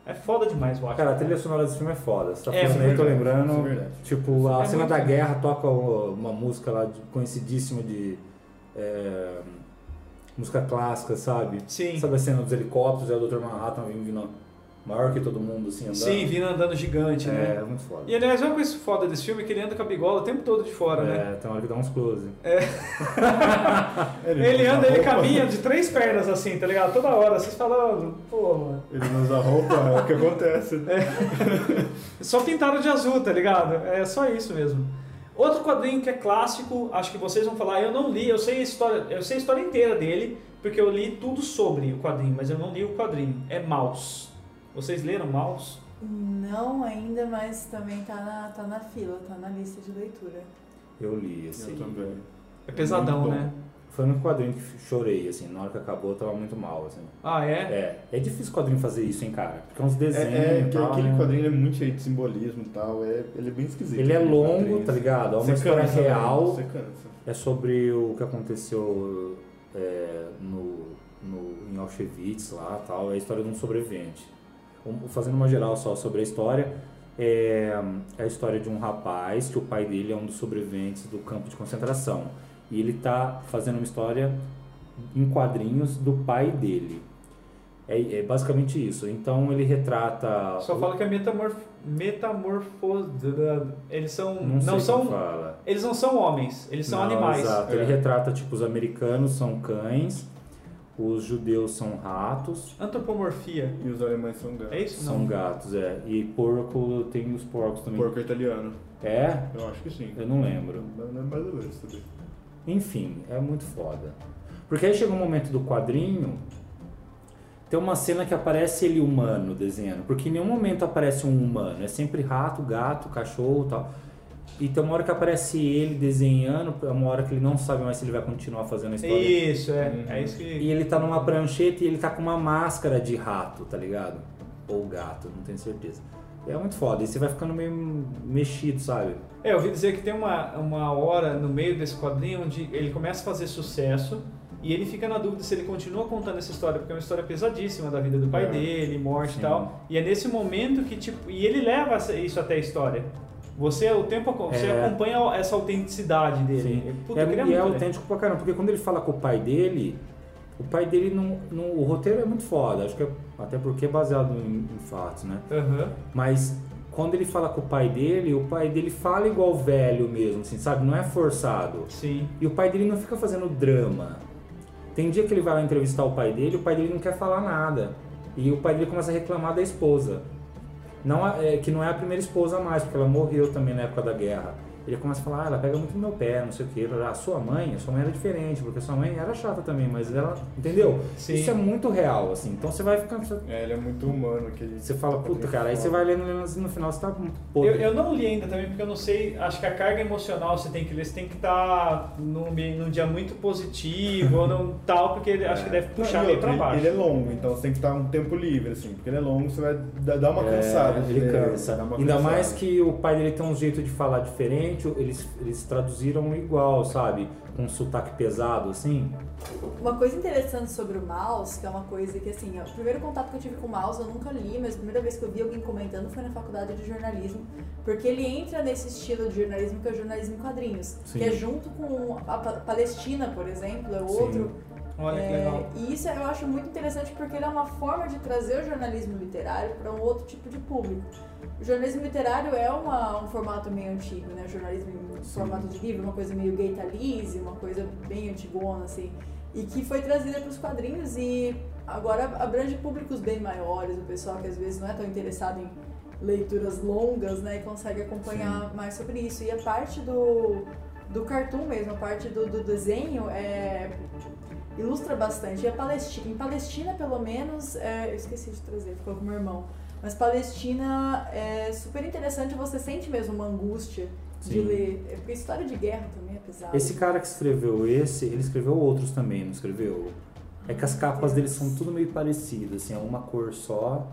Speaker 2: É foda demais, eu acho.
Speaker 4: Cara, a trilha sonora desse filme é foda. Você tá
Speaker 2: É,
Speaker 4: falando
Speaker 2: isso é
Speaker 4: aí, eu tô
Speaker 5: verdade,
Speaker 4: lembrando.
Speaker 5: isso é verdade.
Speaker 4: tipo, a
Speaker 2: É
Speaker 4: cena
Speaker 2: muito-
Speaker 4: da guerra toca o- uma música lá de- conhecidíssima de. é, música clássica, sabe?
Speaker 2: Sim.
Speaker 4: Sabe a cena dos helicópteros, é o Dr. Manhattan vindo, vindo maior que todo mundo, assim, andando.
Speaker 2: Sim, vindo andando gigante,
Speaker 4: É,
Speaker 2: né?
Speaker 4: muito foda.
Speaker 2: E aliás, uma coisa foda desse filme é que ele anda com a bigola o tempo todo de fora, né?
Speaker 4: É, tem hora que dá uns close.
Speaker 2: Ele
Speaker 5: não usa
Speaker 2: anda, ele
Speaker 5: É. roupa.
Speaker 2: caminha de três pernas assim, tá ligado? Toda hora, vocês falando, pô, mano.
Speaker 5: Ele não usa roupa, é o que acontece.
Speaker 2: Só pintaram de azul, tá ligado? É só isso mesmo. Outro quadrinho que é clássico, acho que vocês vão falar, eu não li, eu sei a história, eu sei a história inteira dele, porque eu li tudo sobre o quadrinho, mas eu não li o quadrinho. É Maus. Vocês leram Maus?
Speaker 3: Não ainda, mas também tá na, tá na fila, tá na lista de leitura.
Speaker 4: Eu li, assim.
Speaker 2: É pesadão,
Speaker 5: Muito bom.
Speaker 2: né?
Speaker 4: Foi um quadrinho que chorei, assim, na hora que acabou eu tava muito mal, assim.
Speaker 2: Ah, é?
Speaker 4: É, é difícil quadrinho fazer isso, hein, cara? Porque é uns
Speaker 5: É,
Speaker 4: desenhos
Speaker 5: é,
Speaker 4: e
Speaker 5: que
Speaker 4: tal,
Speaker 5: aquele
Speaker 4: né?
Speaker 5: quadrinho é muito cheio de simbolismo e tal. É, ele é bem esquisito.
Speaker 4: Ele é
Speaker 5: aquele
Speaker 4: longo,
Speaker 5: quadrinho,
Speaker 4: tá
Speaker 5: assim.
Speaker 4: ligado? É uma
Speaker 5: Você
Speaker 4: história
Speaker 5: cansa, né?
Speaker 4: real.
Speaker 5: Você cansa.
Speaker 4: É sobre o que aconteceu é, no, no, em Auschwitz lá tal. É a história de um sobrevivente. Um- Fazendo uma geral só sobre a história, é, é a história de um rapaz que o pai dele é um dos sobreviventes do campo de concentração. E ele tá fazendo uma história em quadrinhos do pai dele. É, é basicamente isso. Então ele retrata.
Speaker 2: Só fala que é metamorf... metamorfose. Eles são.
Speaker 4: Não, sei
Speaker 2: não
Speaker 4: como
Speaker 2: são.
Speaker 4: fala.
Speaker 2: Eles não são homens, eles são
Speaker 4: Não,
Speaker 2: animais.
Speaker 4: Exato. Ele
Speaker 5: É.
Speaker 4: retrata, tipo, os americanos são cães, os judeus são ratos,
Speaker 2: Antropomorfia.
Speaker 5: E os alemães são
Speaker 2: É
Speaker 5: grandes.
Speaker 2: isso?
Speaker 4: são
Speaker 2: Não.
Speaker 4: gatos, é. E porco tem os porcos também.
Speaker 5: Porco italiano.
Speaker 4: É?
Speaker 5: Eu acho que sim.
Speaker 4: Eu não lembro.
Speaker 5: Mas não é mais ou menos também.
Speaker 4: Enfim, é muito foda. Porque aí chega um momento do quadrinho, tem uma cena que aparece ele humano desenhando, porque em nenhum momento aparece um humano, é sempre rato, gato, cachorro e tal. E tem uma hora que aparece ele desenhando, é uma hora que ele não sabe mais se ele vai continuar fazendo a história.
Speaker 2: Isso, é.
Speaker 5: Uhum.
Speaker 2: É isso que.
Speaker 4: E ele tá numa prancheta e ele tá com uma máscara de rato, tá ligado? Ou gato, não tenho certeza. É muito foda, e você vai ficando meio mexido, sabe?
Speaker 2: É, eu ouvi dizer que tem uma, uma hora no meio desse quadrinho onde ele começa a fazer sucesso e ele fica na dúvida se ele continua contando essa história, porque é uma história pesadíssima da vida do pai
Speaker 5: É.
Speaker 2: dele, morte
Speaker 4: Sim.
Speaker 2: e tal. E é nesse momento que, tipo, e ele leva essa- isso até a história. Você, o tempo, aco- você
Speaker 4: É.
Speaker 2: acompanha essa autenticidade dele.
Speaker 4: Sim.
Speaker 2: Puta,
Speaker 4: é,
Speaker 2: eu queria
Speaker 4: e é
Speaker 2: muito ler.
Speaker 4: autêntico pra caramba, porque quando ele fala com o pai dele, o pai dele não. não- o roteiro é muito foda, acho que é, até porque é baseado em, em fatos, né?
Speaker 2: Aham.
Speaker 4: Mas quando ele fala com o pai dele, o pai dele fala igual velho mesmo, assim, sabe? Não é forçado.
Speaker 2: Sim.
Speaker 4: E o pai dele não fica fazendo drama. Tem dia que ele vai lá entrevistar o pai dele, o pai dele não quer falar nada. E o pai dele começa a reclamar da esposa. Não a- é, que não é a primeira esposa mais, porque ela morreu também na época da guerra. Ele começa a falar, ah, ela pega muito no meu pé, não sei o que. A sua mãe, a sua mãe era diferente, porque a sua mãe era chata também, mas ela. Entendeu?
Speaker 2: Sim.
Speaker 4: Isso é muito real, assim. Então você vai ficando.
Speaker 5: É, ele tá é muito humano. Aquele...
Speaker 4: Você fala, puta, cara, aí você vai lendo, lendo assim, no final você tá um
Speaker 2: Eu,
Speaker 4: pouco.
Speaker 2: eu não li ainda também, porque eu não sei. Acho que a carga emocional você tem que ler, você tem que estar num, ambi- num dia muito positivo ou num tal, porque ele- acho que deve
Speaker 5: Não,
Speaker 2: puxar
Speaker 5: e
Speaker 2: meio
Speaker 5: outra,
Speaker 2: pra baixo.
Speaker 5: Ele é longo, então você tem que estar um tempo livre, assim, porque ele é longo, você vai dar dar uma cansada.
Speaker 4: É, ele
Speaker 5: dele,
Speaker 4: cansa.
Speaker 5: dá uma
Speaker 4: Ainda
Speaker 5: cansada.
Speaker 4: mais que o pai dele tem um jeito de falar diferente, eles, eles traduziram igual, sabe? Com um sotaque pesado, assim.
Speaker 3: Uma coisa interessante sobre o mouse, que é uma coisa que assim, ó, o primeiro contato que eu tive com o mouse eu nunca li, mas a primeira vez que eu vi alguém comentando foi na faculdade de jornalismo, porque ele entra nesse estilo de jornalismo que é o jornalismo em quadrinhos,
Speaker 4: Sim.
Speaker 3: que é junto com a Pa- Palestina, por exemplo, é
Speaker 4: Sim.
Speaker 3: outro.
Speaker 2: Olha que
Speaker 3: É,
Speaker 2: legal.
Speaker 3: E isso eu acho muito interessante porque ele é uma forma de trazer o jornalismo literário para um outro tipo de público. O jornalismo literário é uma- um formato meio antigo, né? O jornalismo em formato de livro, uma coisa meio gaitalize, uma coisa bem antigona, assim. E que foi trazida para os quadrinhos e agora abrange públicos bem maiores, o pessoal que às vezes não é tão interessado em leituras longas, né? E consegue acompanhar mais sobre isso. E a parte do, do cartoon mesmo, a parte do, do desenho é, ilustra bastante. E a Palestina, em Palestina, pelo menos, é, eu esqueci de trazer, ficou com meu irmão. Mas Palestina é super interessante, você sente mesmo uma angústia de
Speaker 4: Sim.
Speaker 3: ler. É, Porque história de guerra também é pesada.
Speaker 4: Esse cara que escreveu esse, ele escreveu outros também, não escreveu? É que as capas deles são tudo meio parecidas, assim, é uma cor só.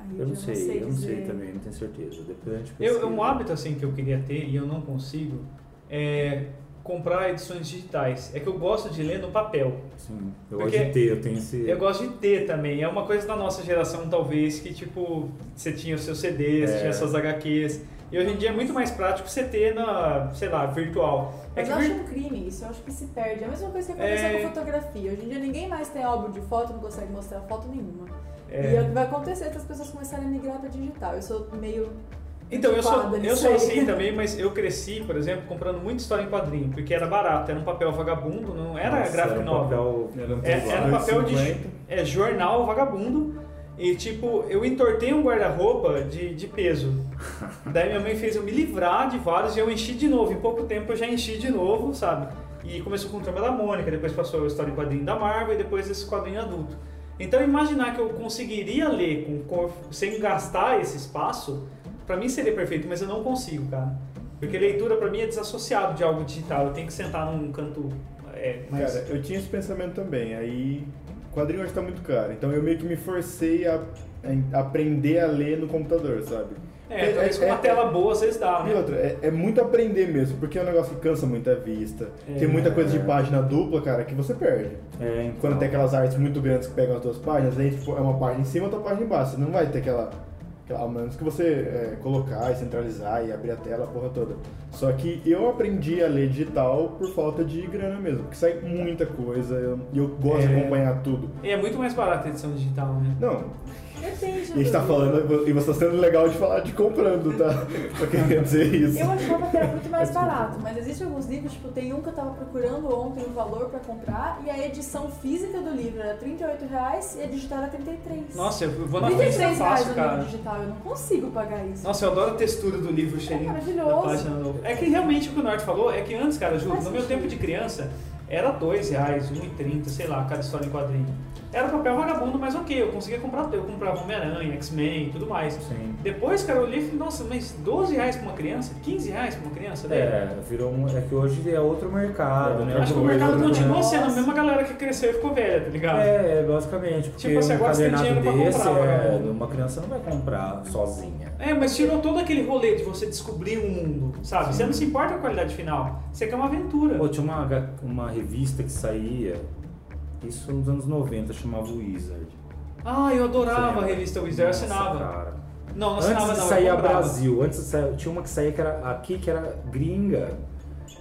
Speaker 3: Aí
Speaker 4: Eu não
Speaker 3: já
Speaker 4: sei, eu não sei
Speaker 3: dizer.
Speaker 4: também, não tenho certeza. Depois a gente
Speaker 2: Eu,
Speaker 4: pesquisa.
Speaker 2: um hábito assim que eu queria ter e eu não consigo é comprar edições digitais. É que eu gosto de ler no papel.
Speaker 4: Sim, eu
Speaker 2: Porque
Speaker 4: gosto de ter, eu tenho esse.
Speaker 2: Eu gosto de ter também.
Speaker 5: É.
Speaker 2: É uma coisa da nossa geração, talvez, que tipo, você tinha o seu CD, você tinha suas HQs. E hoje em dia é muito mais prático você ter na, sei lá, virtual. É
Speaker 3: Mas
Speaker 2: que
Speaker 3: eu acho
Speaker 2: vir-
Speaker 3: um crime isso, eu acho que se perde. É a mesma coisa que aconteceu
Speaker 2: É.
Speaker 3: com fotografia. Hoje em dia ninguém mais tem álbum de foto, não consegue mostrar foto nenhuma.
Speaker 2: é.
Speaker 3: E é o que vai acontecer é que as pessoas começarem a migrar pra digital. Eu sou meio.
Speaker 2: Então, eu sou,
Speaker 3: antiquada
Speaker 2: eu
Speaker 3: nisso
Speaker 2: sou
Speaker 3: aí. [LAUGHS]
Speaker 2: assim também, mas eu cresci, por exemplo, comprando muita história em quadrinho, porque era barato, era um papel vagabundo, não era
Speaker 4: Nossa,
Speaker 2: gráfico
Speaker 4: um
Speaker 2: novel.
Speaker 4: papel-
Speaker 5: Era um
Speaker 2: É, era papel de
Speaker 5: 2,50.
Speaker 2: é, jornal vagabundo. E tipo, eu entortei um guarda-roupa de, de [LAUGHS] peso. Daí minha mãe fez eu me livrar de vários e eu enchi de novo. Em pouco tempo eu já enchi de novo, sabe? E começou com o Turma da Mônica, depois passou a história em quadrinho da Marvel e depois esse quadrinho adulto. Então imaginar que eu conseguiria ler com, cor- sem gastar esse espaço, pra mim seria perfeito, mas eu não consigo, cara. Porque leitura pra mim é desassociado de algo digital. Eu tenho que sentar num canto é, mais...
Speaker 5: Cara, eu tinha esse pensamento também. Aí, quadrinho hoje tá muito caro. Então eu meio que me forcei a, a aprender a ler no computador, sabe?
Speaker 2: É, talvez com uma tela boa às vezes dá,
Speaker 5: E
Speaker 2: né?
Speaker 5: outra, é, é muito aprender mesmo, porque é um negócio que cansa muito a vista.
Speaker 2: É.
Speaker 5: Tem muita coisa de página dupla, cara, que você perde.
Speaker 4: É, então.
Speaker 5: Quando tem aquelas artes muito grandes que pegam as duas páginas, aí tipo, é uma página em cima e outra página embaixo. Você não vai ter aquela. aquela- A menos que você é, colocar e centralizar e abrir a tela, a porra toda. Só que eu aprendi a ler digital por falta de grana mesmo, porque sai muita coisa eu- e eu, gosto
Speaker 2: É.
Speaker 5: de acompanhar tudo.
Speaker 2: E é muito mais barata a edição digital, né?
Speaker 5: Não,
Speaker 3: Depende.
Speaker 5: e a gente tá
Speaker 3: do-
Speaker 5: falando, e você tá sendo legal de falar de comprando, tá? Só queria dizer isso. É
Speaker 3: Eu
Speaker 5: tipo
Speaker 3: achava que era muito
Speaker 5: [LAUGHS]
Speaker 3: mais barato, mas existem alguns livros, tipo, tem um que eu tava procurando ontem o valor pra comprar, e a edição física do livro era R$ 38 reais e a digital era 33.
Speaker 2: Nossa, eu vou na frente da
Speaker 3: 33 reais
Speaker 2: fácil,
Speaker 3: no
Speaker 2: cara.
Speaker 3: livro digital, eu não consigo pagar isso.
Speaker 2: Nossa, eu adoro a textura do livro cheirinho da
Speaker 3: maravilhoso.
Speaker 2: página nova. É que realmente o que o Norte falou é que antes, cara, juro,
Speaker 3: Faz
Speaker 2: no meu
Speaker 3: sentido.
Speaker 2: tempo de criança, era dois reais, um e trinta, sei lá, cada história em quadrinho. Era papel vagabundo, mas ok, eu conseguia comprar, eu comprava Homem-Aranha, X-Men e tudo mais.
Speaker 4: Sim.
Speaker 2: Depois, cara, eu li e falei, nossa, mas 12 reais pra uma criança? 15 reais pra uma criança? né?
Speaker 4: É, virou um, é que hoje é outro mercado, né?
Speaker 2: Acho que o
Speaker 4: Hoje
Speaker 2: mercado
Speaker 4: é outro
Speaker 2: continua
Speaker 4: mercado.
Speaker 2: sendo a mesma galera que cresceu e ficou velha, tá ligado?
Speaker 4: É, é, basicamente. Porque
Speaker 2: Tipo assim,
Speaker 4: um
Speaker 2: agora você tem
Speaker 4: encadernado
Speaker 2: dinheiro pra
Speaker 4: desse,
Speaker 2: comprar,
Speaker 4: é,
Speaker 2: né?
Speaker 4: uma criança não vai comprar sozinha.
Speaker 2: É, mas tirou todo aquele rolê de você descobrir o mundo, sabe? Você não se importa com a qualidade final, você quer uma aventura.
Speaker 4: Pô, tinha uma, H- uma revista que saía, isso nos anos 90, chamava Wizard.
Speaker 2: Ah, eu
Speaker 4: Você
Speaker 2: adorava
Speaker 4: lembra?
Speaker 2: a revista Wizard, é, eu
Speaker 4: Nossa,
Speaker 2: assinava.
Speaker 4: cara.
Speaker 2: Não, não assinava
Speaker 4: Antes de
Speaker 2: não, eu
Speaker 4: sair a
Speaker 2: comprava.
Speaker 4: Brasil, antes de sair, tinha uma que saía que era aqui, que era gringa.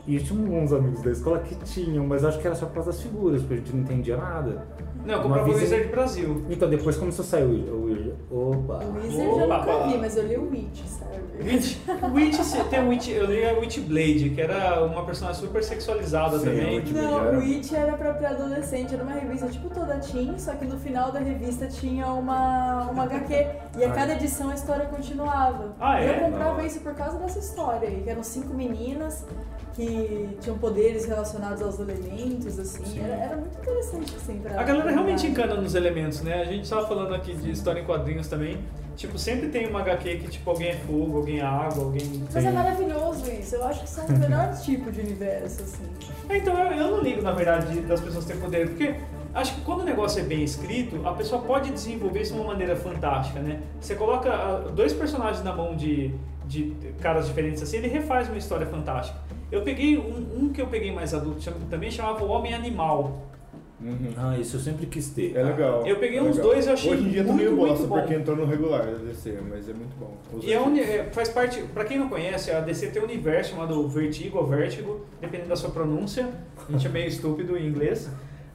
Speaker 4: E tinha uns amigos da escola que tinham, mas acho que era só por causa das figuras, porque a gente não entendia nada.
Speaker 2: Não, eu
Speaker 4: Uma
Speaker 2: comprava o
Speaker 4: vez
Speaker 2: Wizard Brasil.
Speaker 4: Então depois começou a sair o Wizard. Opa!
Speaker 3: O Wizard eu nunca
Speaker 2: Opa.
Speaker 3: vi, mas eu li o Witch, sabe?
Speaker 2: Witch, Witch, você tem Witch, eu li a Witchblade, que era uma personagem super sexualizada
Speaker 5: Sim,
Speaker 2: também.
Speaker 5: a Witch-
Speaker 3: Não,
Speaker 5: era-
Speaker 3: o Witch era pra, pra adolescente, era uma revista tipo toda teen, só que no final da revista tinha uma, uma HQ.
Speaker 2: [LAUGHS]
Speaker 3: E a
Speaker 4: Ah.
Speaker 3: cada edição a história continuava.
Speaker 2: Ah,
Speaker 3: E
Speaker 2: é?
Speaker 3: eu comprava
Speaker 4: Não.
Speaker 3: isso por causa dessa história, aí, que eram cinco meninas que tinham poderes relacionados aos elementos, assim.
Speaker 4: Sim.
Speaker 3: Era, era muito interessante, assim, pra.
Speaker 2: A galera
Speaker 3: pra
Speaker 2: realmente
Speaker 3: olhar.
Speaker 2: encana nos elementos, né? A gente tava falando aqui de história em quadrinhos também. Tipo, sempre tem uma HQ que, tipo, alguém é fogo, alguém é água, alguém...
Speaker 3: Mas é maravilhoso isso, eu acho que são
Speaker 2: [LAUGHS]
Speaker 3: o melhor tipo de universo, assim.
Speaker 2: É, Então eu, eu não ligo, na verdade, das pessoas terem poder, porque acho que quando o negócio é bem escrito, a pessoa pode desenvolver isso de uma maneira fantástica, né? Você coloca ah, dois personagens na mão de, de caras diferentes assim, ele refaz uma história fantástica. Eu peguei um, um que eu peguei mais adulto, chama- também chamava O Homem Animal.
Speaker 5: Uhum.
Speaker 4: Ah, isso eu sempre quis ter.
Speaker 5: É legal.
Speaker 2: Eu peguei
Speaker 5: é
Speaker 2: uns
Speaker 5: legal.
Speaker 2: dois, eu achei
Speaker 5: Hoje em dia
Speaker 2: muito,
Speaker 5: tá meio
Speaker 2: muito
Speaker 5: bosta
Speaker 2: bom.
Speaker 5: porque entrou no regular da DC, mas é muito bom. Os
Speaker 2: E é
Speaker 5: dois.
Speaker 2: uni- é, faz parte, pra quem não conhece, a DC tem um universo chamado Vertigo ou Vertigo, dependendo da sua pronúncia. A gente é meio estúpido em inglês.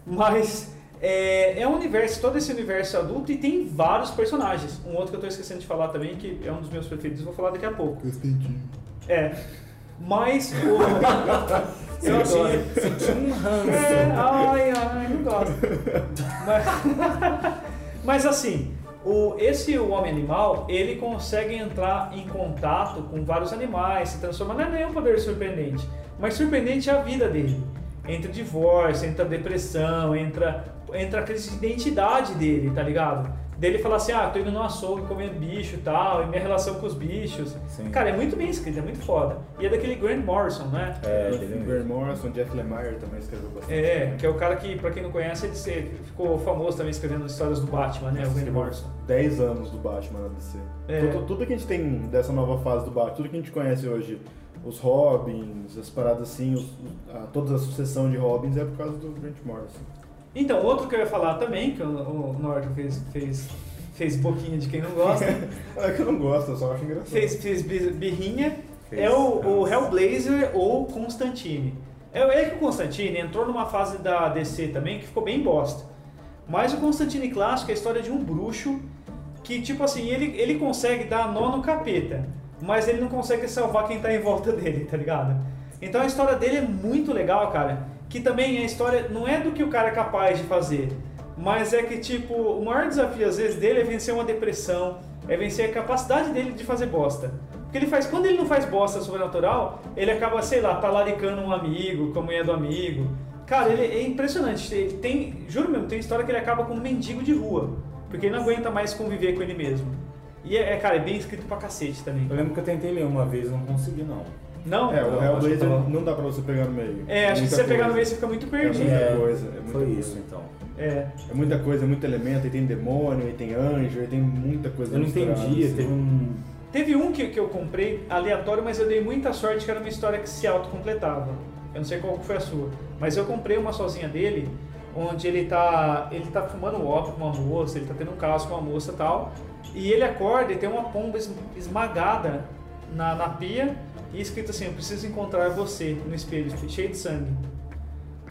Speaker 2: Mas é, é um universo, todo esse universo adulto e tem vários personagens. Um outro que eu tô esquecendo de falar também, que é um dos meus preferidos, vou falar daqui a pouco. É. Mas [LAUGHS] o. eu achei. É, ai, ai, não gosto. Mas, [LAUGHS] mas assim, o, esse o homem animal, ele consegue entrar em contato com vários animais, se transforma. Não é nenhum poder surpreendente, mas surpreendente é a vida dele. Entra divórcio, entra depressão, entra, entra a crise de identidade dele, tá ligado? Dele falar assim, ah, tô indo no açougue comendo bicho e tal, e minha relação com os bichos.
Speaker 4: Sim.
Speaker 2: Cara, é muito bem escrito, é muito foda. E é daquele Grant Morrison, né?
Speaker 4: É,
Speaker 5: Jeff
Speaker 4: dele mesmo.
Speaker 5: Grant Morrison, Jeff Lemire também escreveu bastante.
Speaker 2: É, que é o cara que, pra quem não conhece, ele se- ficou famoso também escrevendo histórias do Batman, né? O Grant Morrison.
Speaker 5: 10 anos do Batman na DC.
Speaker 2: É.
Speaker 5: Tudo, tudo que a gente tem dessa nova fase do Batman, tudo que a gente conhece hoje, os Robins, as paradas assim, os- a- toda a sucessão de Robins é por causa do Grant Morrison.
Speaker 2: Então, outro que eu ia falar também, que o, o Norton fez, fez fez boquinha de quem não gosta,
Speaker 5: É que eu não gosto, eu só acho engraçado.
Speaker 2: fez, fez bi- birrinha,
Speaker 4: Fez-
Speaker 2: é o, o
Speaker 4: ah,
Speaker 2: Hellblazer ou Constantine. É é que o Constantine entrou numa fase da DC também que ficou bem bosta. Mas o Constantine clássico é a história de um bruxo que, tipo assim, ele, ele consegue dar nó no capeta, mas ele não consegue salvar quem tá em volta [LAUGHS] dele, tá ligado? Então a história dele é muito legal, cara. Que também a história não é do que o cara é capaz de fazer, mas é que, tipo, o maior desafio às vezes dele é vencer uma depressão, é vencer a capacidade dele de fazer bosta. Porque ele faz, quando ele não faz bosta sobrenatural, ele acaba, sei lá, talaricando um amigo, com a mulher do amigo. Cara, ele é impressionante. Ele tem, juro mesmo, tem história que ele acaba como um mendigo de rua, porque ele não aguenta mais conviver com ele mesmo. E é, é, cara, é bem escrito pra cacete também.
Speaker 4: Eu lembro que eu tentei ler uma vez, eu não consegui não.
Speaker 2: Não?
Speaker 5: É, o
Speaker 4: Não, acho que tá eu
Speaker 5: Hellblazer
Speaker 4: tava-
Speaker 5: não dá pra você pegar no meio.
Speaker 2: É, acho que se
Speaker 5: Muita
Speaker 2: você pegar no
Speaker 5: coisa.
Speaker 2: meio você fica muito perdido.
Speaker 5: muita coisa, é muita
Speaker 4: foi
Speaker 5: coisa.
Speaker 4: isso então.
Speaker 2: É.
Speaker 5: É muita coisa, é muito elemento, e tem demônio, e tem anjo, e tem muita coisa
Speaker 4: Eu não
Speaker 5: misturada,
Speaker 4: entendi,
Speaker 5: assim.
Speaker 4: teve um.
Speaker 2: Teve um que, que eu comprei aleatório, mas eu dei muita sorte que era uma história que se autocompletava. Eu não sei qual foi a sua, mas eu comprei uma sozinha dele, onde ele tá, ele tá fumando ópio com uma moça, ele tá tendo um caso com uma moça e tal, e ele acorda e tem uma pomba es- esmagada na, na pia e escrito assim, eu preciso encontrar você no espelho, cheio de sangue.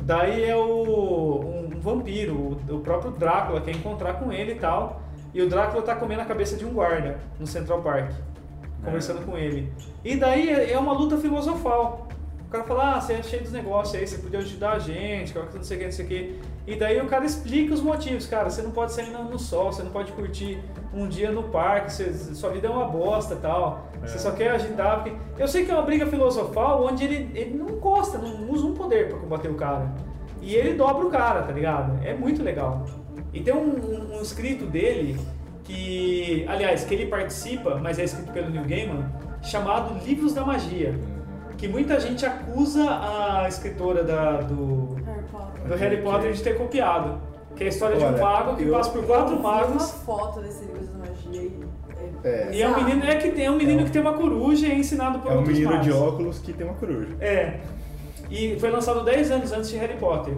Speaker 2: Daí é o um, um vampiro, o, o próprio Drácula quer encontrar com ele e tal. E o Drácula tá comendo a cabeça de um guarda no Central Park, conversando com ele. E daí é é uma luta filosofal. O cara fala, ah, você é cheio dos negócios aí, você podia ajudar a gente, qualquer coisa, não sei o que, não sei o que. E daí o cara explica os motivos, cara, você não pode sair no, no sol, você não pode curtir um dia no parque, você- sua vida é uma bosta e tal, você só quer agitar. Porque... Eu sei que é uma briga filosofal onde ele, ele não gosta, não usa um poder pra combater o cara. E ele dobra o cara, tá ligado? É muito legal. E tem um, um- um escrito dele que, aliás, que ele participa, mas é escrito pelo Neil Gaiman, chamado Livros da Magia,
Speaker 5: Uhum.
Speaker 2: que muita gente acusa a escritora da- do,
Speaker 3: Harry Potter.
Speaker 2: do Harry Potter de ter copiado, que é a história de
Speaker 5: Olha,
Speaker 2: um mago que
Speaker 5: eu-
Speaker 2: passa por quatro
Speaker 3: Eu vi uma
Speaker 2: magos
Speaker 3: foto desse livro de magia e...
Speaker 5: É.
Speaker 2: e é um
Speaker 3: bizarro.
Speaker 2: menino é que é um menino que tem uma coruja e é ensinado por
Speaker 5: É um
Speaker 2: outros
Speaker 5: menino
Speaker 2: magos.
Speaker 5: de óculos que tem uma coruja.
Speaker 2: É. E foi lançado 10 anos antes de Harry Potter.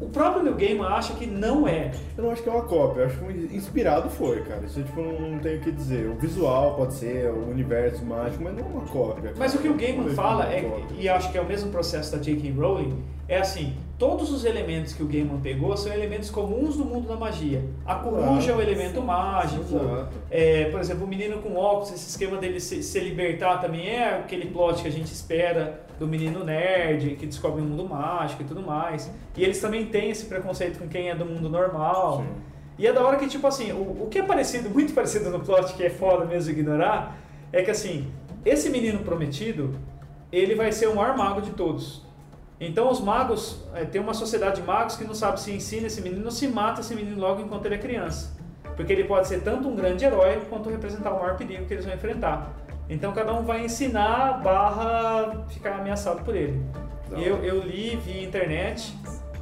Speaker 2: O próprio Neil Gaiman acha que não é,
Speaker 5: Eu não acho que é uma cópia, eu acho que inspirado foi, cara. Isso tipo, eu não, não tenho o que dizer. O visual pode ser, o universo mágico, mas não é uma cópia. cara.
Speaker 2: Mas o que o Gaiman
Speaker 5: Não
Speaker 2: fala,
Speaker 5: vejo
Speaker 2: é,
Speaker 5: como uma cópia.
Speaker 2: e acho que é o mesmo processo da J.K. Rowling, é assim, todos os elementos que o Gaiman pegou são elementos comuns do mundo da magia. A coruja é um elemento mágico,
Speaker 5: Exato.
Speaker 2: é, por exemplo, o menino com óculos, esse esquema dele se, se libertar também é aquele plot que a gente espera do menino nerd, que descobre o mundo mágico e tudo mais. E eles também têm esse preconceito com quem é do mundo normal.
Speaker 5: Sim.
Speaker 2: E é da hora que, tipo assim, o, o que é parecido, muito parecido no plot, que é foda mesmo ignorar, é que assim, esse menino prometido, ele vai ser o maior mago de todos. Então os magos, eh, tem uma sociedade de magos que não sabe se ensina esse menino ou se mata esse menino logo enquanto ele é criança. Porque ele pode ser tanto um grande herói quanto representar o maior perigo que eles vão enfrentar. Então cada um vai ensinar barra ficar ameaçado por ele.
Speaker 5: Da
Speaker 2: E eu, eu li via internet,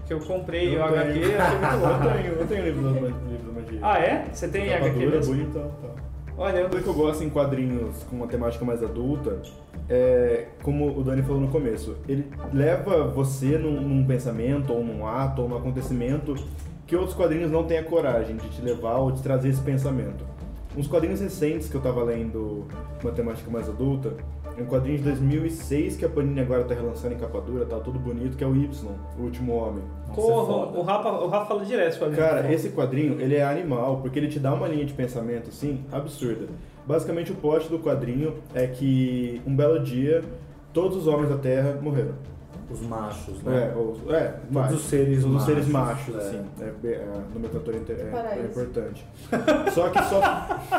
Speaker 2: que eu comprei
Speaker 5: Eu
Speaker 2: o HQ,
Speaker 5: tenho.
Speaker 2: achei muito
Speaker 5: Eu
Speaker 2: louco.
Speaker 5: tenho, eu tenho livro da, ma- livro da magia.
Speaker 2: Ah, é? Você tem
Speaker 5: Capa
Speaker 2: HQ
Speaker 5: dura,
Speaker 2: mesmo?
Speaker 5: bonita, tá.
Speaker 2: Olha, eu...
Speaker 5: Uma coisa que eu gosto em quadrinhos com uma temática mais adulta é, como o Dani falou no começo, ele leva você num, num pensamento, ou num ato, ou num acontecimento que outros quadrinhos não têm a coragem de te levar ou de trazer esse pensamento. Uns quadrinhos recentes que eu tava lendo uma temática mais adulta, é um quadrinho de 2006 que a Panini agora tá relançando em capa dura, tá tudo bonito, que é o Y, O Último Homem.
Speaker 4: Nossa, é
Speaker 2: Corram,
Speaker 4: foda.
Speaker 2: o Rafa, o Rafa fala direto pra mim.
Speaker 5: Cara, esse quadrinho, ele é animal, porque ele te dá uma linha de pensamento, assim, absurda. Basicamente, o plot do quadrinho é que, um belo dia, todos os homens da Terra morreram.
Speaker 4: Os machos, né?
Speaker 5: É, ou, é todos
Speaker 4: os seres
Speaker 5: Todos os seres
Speaker 4: machos,
Speaker 5: machos,
Speaker 4: é.
Speaker 5: assim. É, be- a nomenclatura inte- é,
Speaker 3: Paraíso.
Speaker 5: é importante. Só que, só,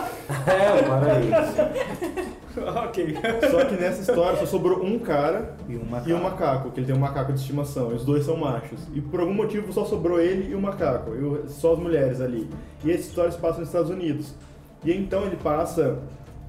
Speaker 4: [LAUGHS] É, o paraíso.
Speaker 2: ok.
Speaker 5: só que nessa história só sobrou um cara
Speaker 4: E uma
Speaker 5: e um macaco, que ele tem um macaco de estimação, e os dois são machos. E por algum motivo só sobrou ele e o macaco, e o- só as mulheres ali. E essa história se passa nos Estados Unidos. E então ele passa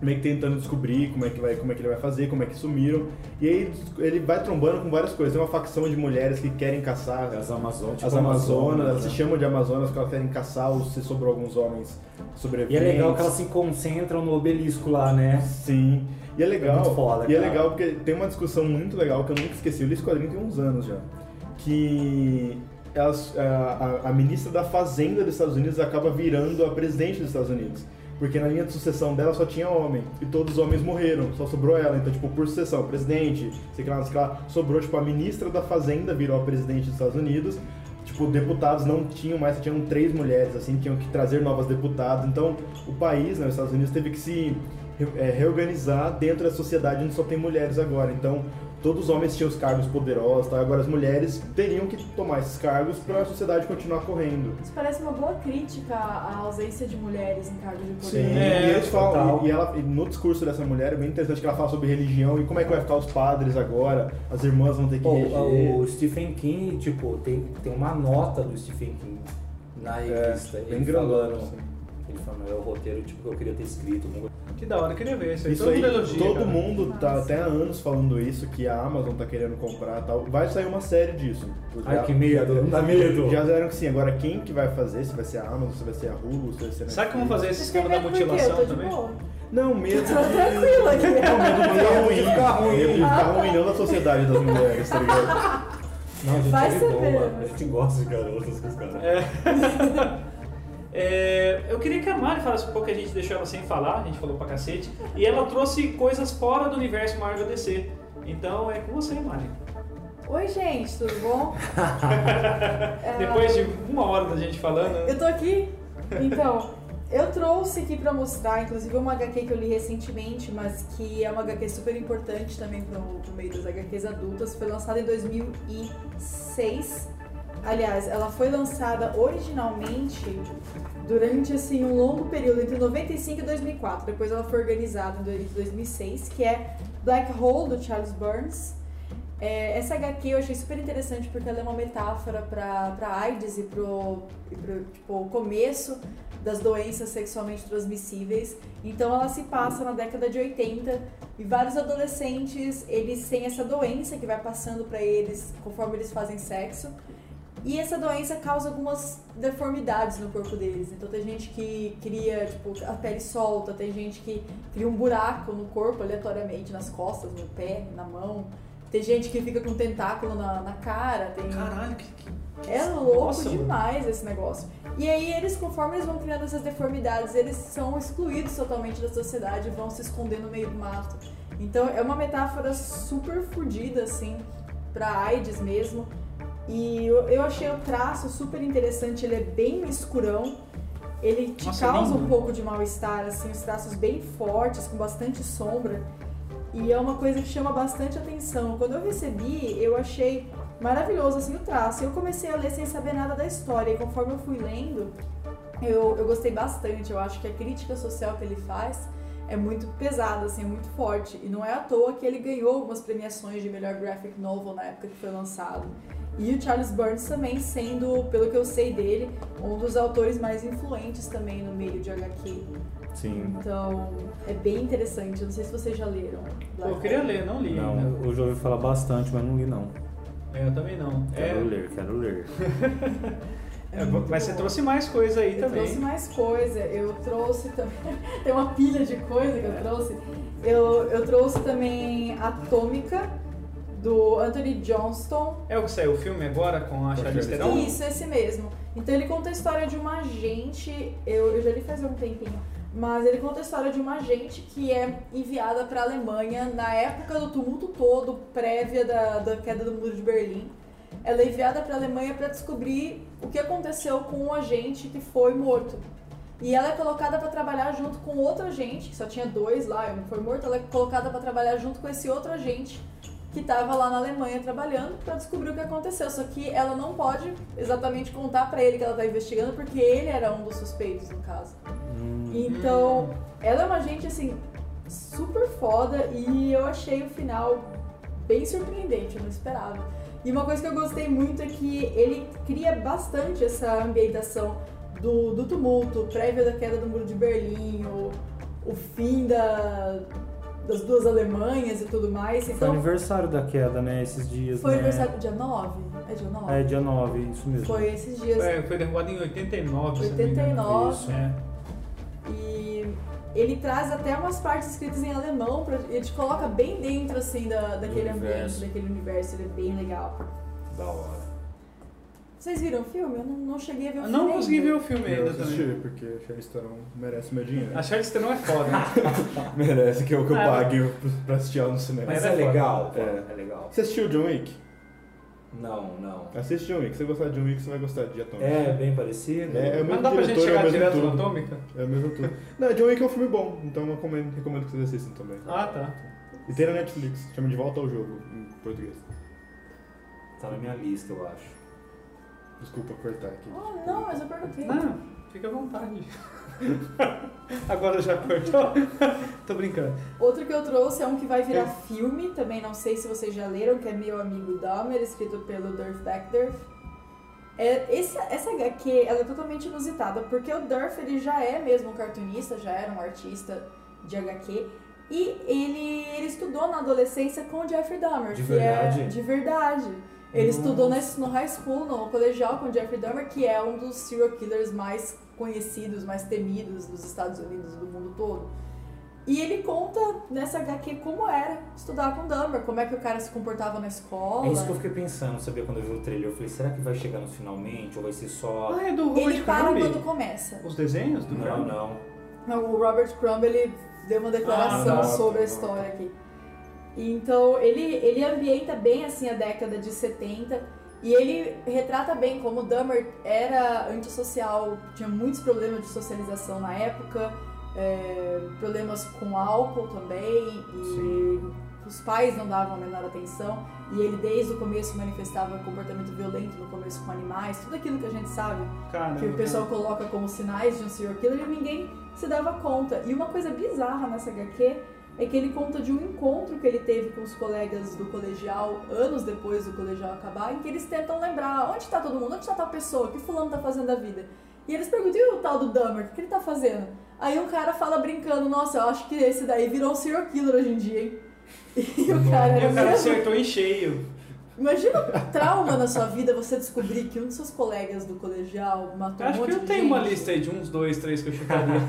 Speaker 5: meio que tentando descobrir como é que, vai, como é que ele vai fazer, como é que sumiram. E aí ele vai trombando com várias coisas. Tem uma facção de mulheres que querem caçar
Speaker 4: As Amazonas.
Speaker 5: as
Speaker 4: tipo,
Speaker 5: Amazonas, elas se
Speaker 4: né?
Speaker 5: chamam de Amazonas porque elas querem caçar ou se sobrou alguns homens
Speaker 4: E é
Speaker 5: sobreviventes.
Speaker 4: legal que elas se concentram no obelisco lá, né?
Speaker 5: Sim. E é legal.
Speaker 4: É muito foda,
Speaker 5: e é
Speaker 4: cara.
Speaker 5: legal porque tem uma discussão muito legal que eu nunca esqueci. Eu li esse quadrinho tem uns anos já. Que elas- a, a- a ministra da Fazenda dos Estados Unidos acaba virando a presidente dos Estados Unidos. Porque na linha de sucessão dela só tinha homem. E todos os homens morreram, só sobrou ela. Então, tipo, por sucessão, presidente, sei que lá, sei que lá, sobrou, tipo, a ministra da Fazenda virou a presidente dos Estados Unidos. Tipo, deputados não tinham mais, tinham três mulheres, assim, tinham que trazer novas deputadas. Então, o país, né, os Estados Unidos, teve que se re- eh, reorganizar dentro da sociedade onde só tem mulheres agora. Então, todos os homens tinham os cargos poderosos, tá? agora as mulheres teriam que tomar esses cargos para a sociedade continuar correndo.
Speaker 3: Isso parece uma boa crítica à ausência de mulheres em cargos de poder.
Speaker 5: Sim,
Speaker 4: É,
Speaker 5: e eles falam,
Speaker 4: total.
Speaker 5: e, e ela, e no discurso dessa mulher é bem interessante que ela fala sobre religião e como é que vai ficar os padres agora, as irmãs vão ter que
Speaker 4: Pô,
Speaker 5: reger.
Speaker 4: o Stephen King, tipo, tem, tem uma nota do Stephen King na revista.
Speaker 5: bem
Speaker 4: ele
Speaker 5: grandona,
Speaker 4: falando-
Speaker 5: assim.
Speaker 4: Ele falando, é o roteiro tipo, que eu queria ter escrito. alguma coisa.
Speaker 2: Que da hora, eu queria ver isso aí.
Speaker 5: Isso
Speaker 2: todo
Speaker 5: aí,
Speaker 2: mundo elogia,
Speaker 5: todo
Speaker 2: cara.
Speaker 5: mundo tá até há anos falando isso, que a Amazon tá querendo comprar e tal. Vai sair uma série disso.
Speaker 4: Ai,
Speaker 5: Já-
Speaker 4: que medo, dá medo.
Speaker 5: Já disseram que sim, agora quem que vai fazer? Se vai ser a Amazon, se vai ser a Hulu, se vai ser a
Speaker 2: Será que vão
Speaker 5: Netflix?
Speaker 2: fazer esse
Speaker 3: Vocês têm
Speaker 2: esquema da
Speaker 3: medo por quê? Eu
Speaker 2: mutilação
Speaker 3: tô de
Speaker 2: também?
Speaker 3: boa. [LAUGHS]
Speaker 5: Não, medo. [LAUGHS]
Speaker 3: Tô tranquila aqui.
Speaker 5: ruim, ficar ruim. Ele
Speaker 3: Ah,
Speaker 5: ficar
Speaker 3: tá.
Speaker 5: ruim, não da sociedade das mulheres, tá ligado?
Speaker 4: Não, a gente
Speaker 3: Vai
Speaker 4: é de
Speaker 3: saber,
Speaker 4: boa,
Speaker 3: né?
Speaker 4: a gente gosta de garotas com os caras.
Speaker 2: É, eu queria que a Mari falasse um pouco, que a gente deixou ela sem falar, a gente falou pra cacete, e ela trouxe coisas fora do universo Marvel DC. Então é com você, Mari.
Speaker 3: Oi, gente, tudo bom? É,
Speaker 2: Depois de uma hora da gente falando,
Speaker 3: Eu tô aqui. Então, eu trouxe aqui pra mostrar, inclusive, uma HQ que eu li recentemente, mas que é uma HQ super importante também pro, pro meio das HQs adultas. Foi lançada em 2006. Aliás, ela foi lançada originalmente durante assim um longo período entre 95 e 2004. Depois ela foi organizada em 2006, que é Black Hole do Charles Burns. É, essa HQ eu achei super interessante porque ela é uma metáfora para para AIDS e pro, e pro tipo, o começo das doenças sexualmente transmissíveis. Então ela se passa na década de 80 e vários adolescentes, eles têm essa doença que vai passando para eles conforme eles fazem sexo. E essa doença causa algumas deformidades no corpo deles. Então tem gente que cria, tipo, a pele solta, tem gente que cria um buraco no corpo aleatoriamente, nas costas, no pé, na mão. Tem gente que fica com tentáculo na, na cara, tem...
Speaker 2: caralho, que, que
Speaker 3: É louco
Speaker 2: Nossa, mano.
Speaker 3: demais esse negócio. E aí eles, conforme eles vão criando essas deformidades, eles são excluídos totalmente da sociedade e vão se esconder no meio do mato. Então é uma metáfora super fodida, assim, pra AIDS mesmo. E eu, eu achei o traço super interessante, ele é bem escurão. Ele te
Speaker 2: Nossa, é
Speaker 3: causa
Speaker 2: lindo.
Speaker 3: um pouco de mal-estar, assim, os traços bem fortes, com bastante sombra. E é uma coisa que chama bastante atenção. Quando eu recebi, eu achei maravilhoso assim o traço. Eu comecei a ler sem saber nada da história e conforme eu fui lendo, eu, eu gostei bastante. Eu acho que a crítica social que ele faz é muito pesada, assim, é muito forte. E não é à toa que ele ganhou algumas premiações de melhor graphic novel na época que foi lançado. E o Charles Burns também sendo, pelo que eu sei dele, um dos autores mais influentes também no meio de HQ.
Speaker 4: Sim.
Speaker 3: Então, é bem interessante. Eu Não sei se vocês já leram.
Speaker 2: Pô, eu queria ler, não li. né?
Speaker 4: Não, eu já ouvi falar bastante, mas não li não.
Speaker 2: É, eu também não. É,
Speaker 4: Quero ler, quero ler.
Speaker 2: é,
Speaker 3: muito
Speaker 2: mas você
Speaker 3: bom.
Speaker 2: trouxe mais coisa aí
Speaker 3: Eu
Speaker 2: também.
Speaker 3: trouxe mais coisa, eu trouxe também. [LAUGHS] Tem uma pilha de coisa
Speaker 2: É.
Speaker 3: que eu trouxe. Eu, eu trouxe também Atômica, do Anthony Johnston.
Speaker 2: É o que saiu o filme agora com a
Speaker 5: Com a
Speaker 2: Charlize
Speaker 5: Charlize
Speaker 2: Theron?
Speaker 3: Isso, esse mesmo. Então ele conta a história de uma agente. Eu, eu já li faz um tempinho. Mas ele conta a história de uma agente que é enviada para a Alemanha na época do tumulto todo, prévia da, da queda do muro de Berlim. Ela é enviada para a Alemanha para descobrir o que aconteceu com um agente que foi morto. E ela é colocada para trabalhar junto com outro agente, que só tinha dois lá, e um foi morto. Ela é colocada para trabalhar junto com esse outro agente que estava lá na Alemanha trabalhando para descobrir o que aconteceu. Só que ela não pode exatamente contar para ele que ela tá investigando, porque ele era um dos suspeitos no caso. Então, ela é uma gente assim super foda e eu achei o final bem surpreendente, eu não esperava. E uma coisa que eu gostei muito é que ele cria bastante essa ambientação do, do tumulto, prévia da queda do muro de Berlim, o, o fim da- das duas Alemanhas e tudo mais.
Speaker 4: Foi
Speaker 3: Então,
Speaker 4: aniversário da queda, né? Esses dias,
Speaker 3: foi
Speaker 4: né?
Speaker 3: aniversário dia 9? É dia 9?
Speaker 4: É, dia 9, isso mesmo.
Speaker 3: Foi esses dias,
Speaker 2: É, foi derrubado em 89, se não me engano.
Speaker 3: 89.
Speaker 4: Isso.
Speaker 2: É.
Speaker 3: E ele traz até umas partes escritas em alemão, pra, ele te coloca bem dentro assim da, daquele ambiente,
Speaker 4: universo.
Speaker 3: daquele universo, ele é bem legal.
Speaker 4: Da hora.
Speaker 3: Vocês viram o filme? Eu não, não cheguei a ver o
Speaker 2: Eu
Speaker 3: filme.
Speaker 2: não consegui
Speaker 3: ainda.
Speaker 2: ver o filme
Speaker 5: Eu
Speaker 2: ainda também.
Speaker 5: assisti, porque a Charlize Theron merece meu dinheiro.
Speaker 2: A Charlize Theron é foda, né?
Speaker 5: Merece que eu, que eu
Speaker 2: Ah,
Speaker 5: pague pra- pra assistir ela no cinema.
Speaker 4: Mas
Speaker 2: Mas é
Speaker 4: é legal, pô,
Speaker 5: É.
Speaker 4: é legal. É
Speaker 5: Você assistiu John Wick?
Speaker 4: Não, não.
Speaker 5: Assiste John Wick. Se você gostar de John Wick, você vai gostar de Atômica.
Speaker 4: É bem parecido.
Speaker 5: É, é o mesmo
Speaker 2: Mas dá pra gente
Speaker 5: diretor, é o
Speaker 2: chegar
Speaker 5: mesmo
Speaker 2: direto
Speaker 5: tudo.
Speaker 2: na Atômica?
Speaker 5: É o mesmo tudo. [LAUGHS] Não, John Wick é um filme bom, então eu recomendo, recomendo que vocês assistam também.
Speaker 2: Ah, tá.
Speaker 5: E tem na Netflix, chama De Volta ao Jogo, em português.
Speaker 4: Tá na minha lista, eu acho.
Speaker 5: Desculpa cortar aqui.
Speaker 3: Ah, não, mas eu perguntei.
Speaker 2: Não, fica à vontade. [LAUGHS] Agora já cortou? [LAUGHS] Tô brincando.
Speaker 3: Outro que eu trouxe é um que vai virar filme, também não sei se vocês já leram, que é Meu Amigo Dahmer, escrito pelo Durf Backdurf. É, esse, essa HQ ela é totalmente inusitada, porque o Durf ele já é mesmo um cartunista, já era um artista de HQ, e ele, ele estudou na adolescência com o Jeffrey Dahmer,
Speaker 4: De
Speaker 3: que
Speaker 4: verdade?
Speaker 3: é de verdade. Ele estudou na- no high school, no colegial com o Jeffrey Dahmer, que é um dos serial killers mais conhecidos, mais temidos dos Estados Unidos, do mundo todo. E ele conta nessa HQ como era estudar com o Dahmer, como é que o cara se comportava na escola.
Speaker 4: É isso que eu fiquei pensando, sabia? Quando eu vi o trailer, eu falei, será que vai chegar nos finalmente? Ou vai ser só.
Speaker 2: Ah, é do
Speaker 3: Ele
Speaker 2: Robert
Speaker 3: para quando
Speaker 2: Crumb?
Speaker 3: começa.
Speaker 2: Os desenhos do
Speaker 4: Não,
Speaker 2: Crumb?
Speaker 4: não.
Speaker 3: Não, o Robert Crumb ele deu uma declaração
Speaker 5: Ah, tá,
Speaker 3: sobre a
Speaker 5: tá, tá.
Speaker 3: história aqui. Então, ele, ele ambienta bem assim a década de 70 e ele retrata bem como o Dahmer era antissocial, tinha muitos problemas de socialização na época, é, problemas com álcool também, e
Speaker 4: Sim.
Speaker 3: os pais não davam a menor atenção, e ele desde o começo manifestava comportamento violento no começo com animais, tudo aquilo que a gente sabe
Speaker 2: Cara,
Speaker 3: que o pessoal coloca como sinais de um serial killer e ninguém se dava conta. E uma coisa bizarra nessa HQ é que ele conta de um encontro que ele teve com os colegas do colegial anos depois do colegial acabar, em que eles tentam lembrar onde está todo mundo, onde está tal pessoa, o que fulano tá fazendo da vida. E eles perguntam, e o tal do Dahmer, o que ele tá fazendo? Aí um cara fala brincando, nossa, eu acho que esse daí virou um serial killer hoje em dia, hein? [LAUGHS] E o cara,
Speaker 2: E o cara
Speaker 3: "Mesmo?"
Speaker 2: acertou em cheio.
Speaker 3: Imagina o trauma na sua vida você descobrir que um dos seus colegas do colegial matou
Speaker 2: Eu acho
Speaker 3: um monte
Speaker 2: que eu
Speaker 3: de
Speaker 2: tenho
Speaker 3: gente.
Speaker 2: uma lista aí de uns dois, três que eu chutaria.
Speaker 3: [LAUGHS]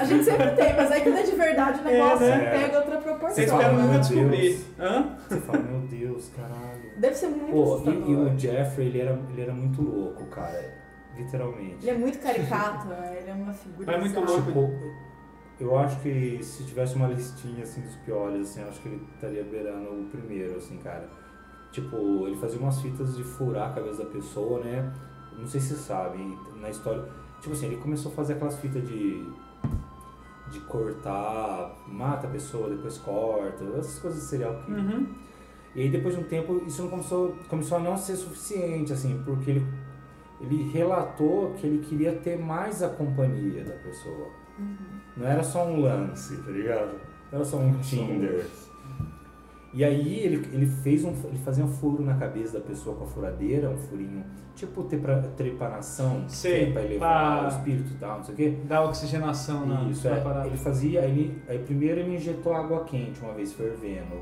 Speaker 3: A gente sempre tem, mas aí quando é de verdade o
Speaker 2: É,
Speaker 3: negócio
Speaker 4: né?
Speaker 3: pega outra proporção.
Speaker 2: Você
Speaker 3: né?
Speaker 4: Vocês
Speaker 2: espera
Speaker 4: falam,
Speaker 2: nunca
Speaker 4: meu
Speaker 2: descobrir.
Speaker 4: Deus.
Speaker 2: Hã?
Speaker 4: Você fala, meu Deus, caralho.
Speaker 3: Deve ser muito
Speaker 4: Pô, e, e
Speaker 3: assustador.
Speaker 4: o Jeffrey, ele era, ele era muito louco, cara. Literalmente.
Speaker 3: Ele é muito caricato, né? ele é uma figura.
Speaker 2: Mas é muito
Speaker 3: bizarra.
Speaker 2: louco.
Speaker 4: Tipo, eu acho que se tivesse uma listinha assim dos piores, assim, eu acho que ele estaria beirando o primeiro, assim, cara. Tipo, ele fazia umas fitas de furar a cabeça da pessoa, né? Não sei se sabem, na história. Tipo assim, ele começou a fazer aquelas fitas de. de cortar, mata a pessoa, depois corta, essas coisas de serial killer.
Speaker 2: Uhum.
Speaker 4: E aí depois de um tempo isso não começou, começou a não ser suficiente, assim, porque ele, ele relatou que ele queria ter mais a companhia da pessoa. Não era só um lance, tá ligado? Não era só um Tinder. E aí ele, ele fez um. Ele fazia um furo na cabeça da pessoa com a furadeira, um furinho, tipo tepa- trepanação,
Speaker 2: Sei,
Speaker 4: que é pra elevar
Speaker 2: pra-
Speaker 4: o espírito e tal, não sei o quê.
Speaker 2: Dá oxigenação na,
Speaker 4: Isso,
Speaker 2: na
Speaker 4: é.
Speaker 2: parada.
Speaker 4: Ele fazia, aí, ele- aí primeiro ele injetou água quente uma vez fervendo.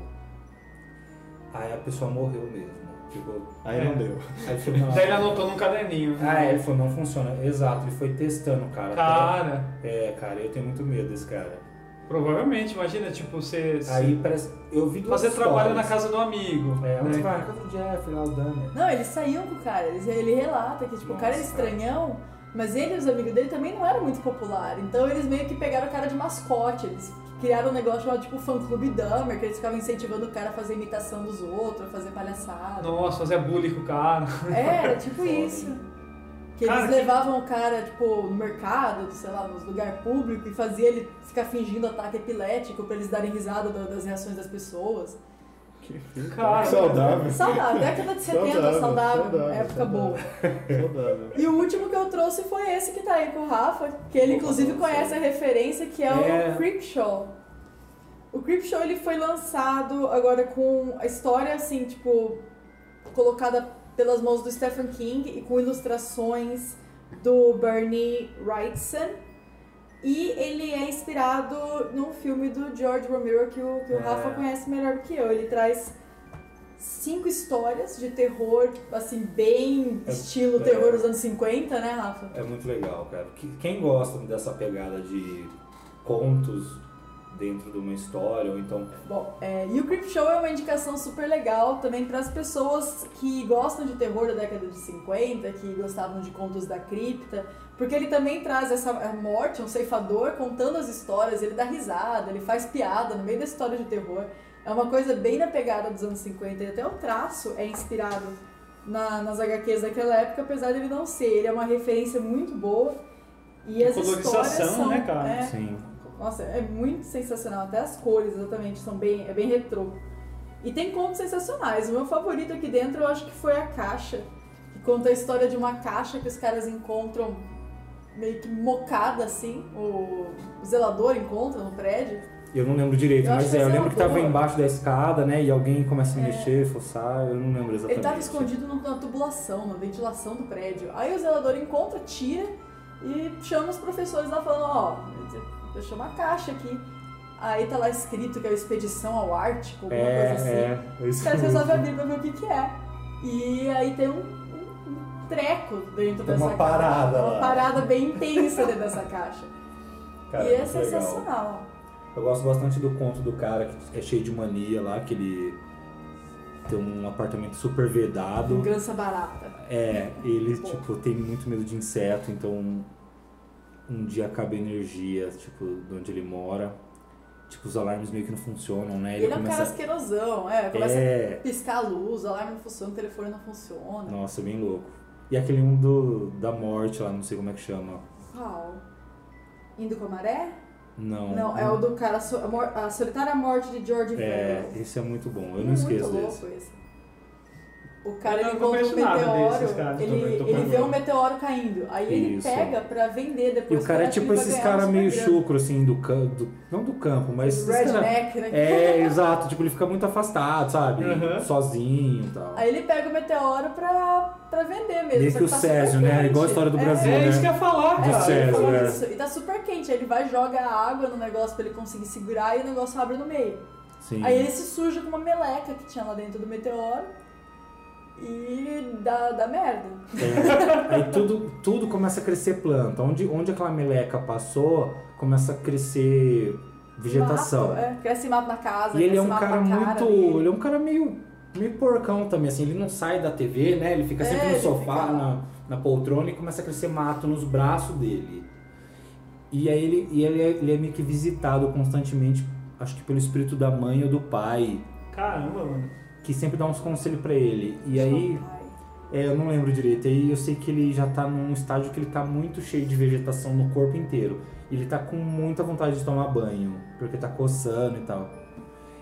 Speaker 4: Aí a pessoa morreu mesmo. Tipo,
Speaker 5: Aí não deu.
Speaker 2: [LAUGHS]
Speaker 4: aí ele falou, não.
Speaker 2: Daí ele anotou num caderninho.
Speaker 4: Ah, é, ele falou, não funciona. Exato, ele foi testando, cara.
Speaker 2: Cara,
Speaker 4: É, cara, eu tenho muito medo desse cara.
Speaker 2: provavelmente, imagina, tipo, você
Speaker 4: Aí parece. Eu vi duas
Speaker 2: fazer trabalho na
Speaker 4: histórias.
Speaker 2: casa do amigo.
Speaker 4: É, um
Speaker 2: né?
Speaker 4: vai na casa do Jeff, lá o Dahmer.
Speaker 3: Não, eles saíam com o cara, eles- ele relata que tipo, o cara era
Speaker 4: Nossa.
Speaker 3: estranhão, mas ele e os amigos dele também não eram muito populares. Então eles meio que pegaram o cara de mascote, eles criaram um negócio chamado tipo fã clube Dummer, que eles ficavam incentivando o cara a fazer imitação dos outros, a fazer palhaçada.
Speaker 2: Nossa, fazer bullying com o cara.
Speaker 3: É, era tipo
Speaker 4: Foda.
Speaker 3: isso. Que
Speaker 2: Cara,
Speaker 3: eles
Speaker 2: que-
Speaker 3: levavam o cara, tipo, no mercado, sei lá, nos lugar público e fazia ele ficar fingindo ataque epilético pra eles darem risada da- das reações das pessoas.
Speaker 2: [LAUGHS] Cara,
Speaker 5: [LAUGHS] Saudável.
Speaker 3: Saudável, década de 70, saudável,
Speaker 5: Saudável, saudável,
Speaker 3: época
Speaker 5: saudável.
Speaker 3: boa.
Speaker 5: Saudável. [LAUGHS]
Speaker 3: E o último que eu trouxe foi esse que tá aí com o Rafa, que ele inclusive conhece a referência, que é
Speaker 4: É.
Speaker 3: o Creepshow. O Creepshow ele foi lançado agora com a história assim, tipo, colocada pelas mãos do Stephen King e com ilustrações do Bernie Wrightson. E ele é inspirado num filme do George Romero que o, que o
Speaker 4: É.
Speaker 3: Rafa conhece melhor do que eu. Ele traz cinco histórias de terror, assim, bem
Speaker 4: É,
Speaker 3: estilo
Speaker 4: é.
Speaker 3: terror dos anos 50, né, Rafa?
Speaker 4: É muito legal, cara. Que- Quem gosta dessa pegada de contos dentro de uma história, ou então.
Speaker 3: Bom, é, e o Creep Show é uma indicação super legal também para as pessoas que gostam de terror da década de 50, que gostavam de contos da cripta, porque ele também traz essa morte, um ceifador contando as histórias, ele dá risada, ele faz piada no meio da história de terror. É uma coisa bem na pegada dos anos 50 e até o traço é inspirado na- nas HQs daquela época, apesar dele não ser. Ele é uma referência muito boa e as histórias
Speaker 2: colorização,
Speaker 3: são,
Speaker 2: né, cara?
Speaker 3: é,
Speaker 4: Sim.
Speaker 3: nossa, é muito sensacional. Até as cores, exatamente, são bem, é bem retrô. E tem contos sensacionais. O meu favorito aqui dentro, eu acho que foi a caixa. Que conta a história de uma caixa que os caras encontram meio que mocada, assim. O zelador encontra no prédio.
Speaker 4: Eu não lembro direito,
Speaker 3: Eu acho
Speaker 4: mas
Speaker 3: que
Speaker 4: é, eu
Speaker 3: essa é
Speaker 4: lembro
Speaker 3: uma
Speaker 4: que tava
Speaker 3: boa. É.
Speaker 4: embaixo da escada, né? E alguém começa a mexer, forçar, eu não lembro exatamente.
Speaker 3: Ele tava escondido na tubulação, na ventilação do prédio. Aí o zelador encontra, tira e chama os professores lá falando, ó, deixou uma caixa aqui. Aí tá lá escrito que é a expedição ao Ártico, alguma
Speaker 4: É,
Speaker 3: coisa assim.
Speaker 4: é,
Speaker 3: Os
Speaker 4: isso
Speaker 3: caras
Speaker 4: mesmo.
Speaker 3: resolvem abrir pra ver o que, que é. E aí tem um, um- um treco dentro
Speaker 4: Tem
Speaker 3: dessa
Speaker 4: uma
Speaker 3: caixa.
Speaker 4: parada
Speaker 3: Uma
Speaker 4: lá.
Speaker 3: parada bem intensa dentro dessa caixa.
Speaker 4: [LAUGHS] Cara,
Speaker 3: e é
Speaker 4: muito legal.
Speaker 3: sensacional.
Speaker 4: Eu gosto bastante do conto do cara que é cheio de mania lá, que ele tem um apartamento super vedado.
Speaker 3: Vingança barata.
Speaker 4: É, ele, tipo, tem muito medo de inseto, então um dia acaba a energia, tipo, de onde ele mora. Tipo, os alarmes meio que não funcionam, né?
Speaker 3: Ele, é um cara asquerosão, é. Começa
Speaker 4: É.
Speaker 3: a piscar a luz, o alarme não funciona, o telefone não funciona.
Speaker 4: Nossa, bem louco. E aquele um do, da morte lá, não sei como é que chama.
Speaker 3: Qual? Indo com a maré?
Speaker 4: Não.
Speaker 3: Não, é o do cara, so- a, mor- a solitária morte de George
Speaker 4: É,
Speaker 3: Orwell.
Speaker 4: esse é muito bom, eu não
Speaker 3: Muito
Speaker 4: esqueço
Speaker 3: louco
Speaker 4: desse.
Speaker 3: esse. O cara
Speaker 2: Eu não
Speaker 3: ele encontra um
Speaker 2: conheço nada
Speaker 3: meteoro,
Speaker 2: desses caras,
Speaker 3: ele,
Speaker 2: tô vendo, tô
Speaker 3: ele vê
Speaker 2: procurando.
Speaker 3: um meteoro caindo, aí
Speaker 4: Isso.
Speaker 3: ele pega pra vender
Speaker 4: E
Speaker 3: depois.
Speaker 4: o cara é
Speaker 3: pra
Speaker 4: tipo
Speaker 3: ele
Speaker 4: esses
Speaker 3: ganhar
Speaker 4: caras
Speaker 3: um
Speaker 4: meio
Speaker 3: super
Speaker 4: chucro, assim, do campo. Não do campo, mas. esses
Speaker 3: grana.
Speaker 4: cara-
Speaker 3: Redneck, né? [LAUGHS]
Speaker 4: É, exato, tipo, ele fica muito afastado, sabe?
Speaker 2: Uhum.
Speaker 4: Sozinho e tal.
Speaker 3: Aí ele pega o meteoro pra, pra vender mesmo.
Speaker 4: Meio
Speaker 3: só
Speaker 4: que o
Speaker 3: tá
Speaker 4: Césio,
Speaker 3: super
Speaker 4: né?
Speaker 3: quente.
Speaker 4: Igual a história do
Speaker 3: É,
Speaker 4: Brasil,
Speaker 2: É
Speaker 4: né?
Speaker 2: isso que eu ia falar,
Speaker 4: Do
Speaker 2: cara.
Speaker 4: César.
Speaker 3: Ele falou
Speaker 4: né?
Speaker 3: isso, E tá super quente, aí ele vai joga a água no negócio pra ele conseguir segurar e o negócio abre no meio.
Speaker 4: Sim.
Speaker 3: Aí ele se suja com uma meleca que tinha lá dentro do meteoro e dá, dá merda.
Speaker 4: É. Aí tudo, tudo começa a crescer planta. Onde, onde aquela meleca passou, começa a crescer vegetação.
Speaker 3: Mato, é, cresce mato na casa,
Speaker 4: E ele é
Speaker 3: cresce
Speaker 4: um
Speaker 3: mato
Speaker 4: cara
Speaker 3: na cara
Speaker 4: muito.
Speaker 3: dele.
Speaker 4: Ele é um cara meio, meio porcão também, assim. Ele não sai da TV, né? Ele fica
Speaker 3: É,
Speaker 4: sempre no
Speaker 3: ele
Speaker 4: sofá,
Speaker 3: fica-
Speaker 4: na, na poltrona e começa a crescer mato nos braços dele. E aí ele, e ele, é, ele é meio que visitado constantemente, acho que pelo espírito da mãe ou do pai,
Speaker 2: Caramba, mano.
Speaker 4: que sempre dá uns conselhos pra ele. E
Speaker 3: um
Speaker 4: aí, é, eu não lembro direito. Aí eu sei que ele já tá num estágio que ele tá muito cheio de vegetação no corpo inteiro. E ele tá com muita vontade de tomar banho, porque tá coçando e tal.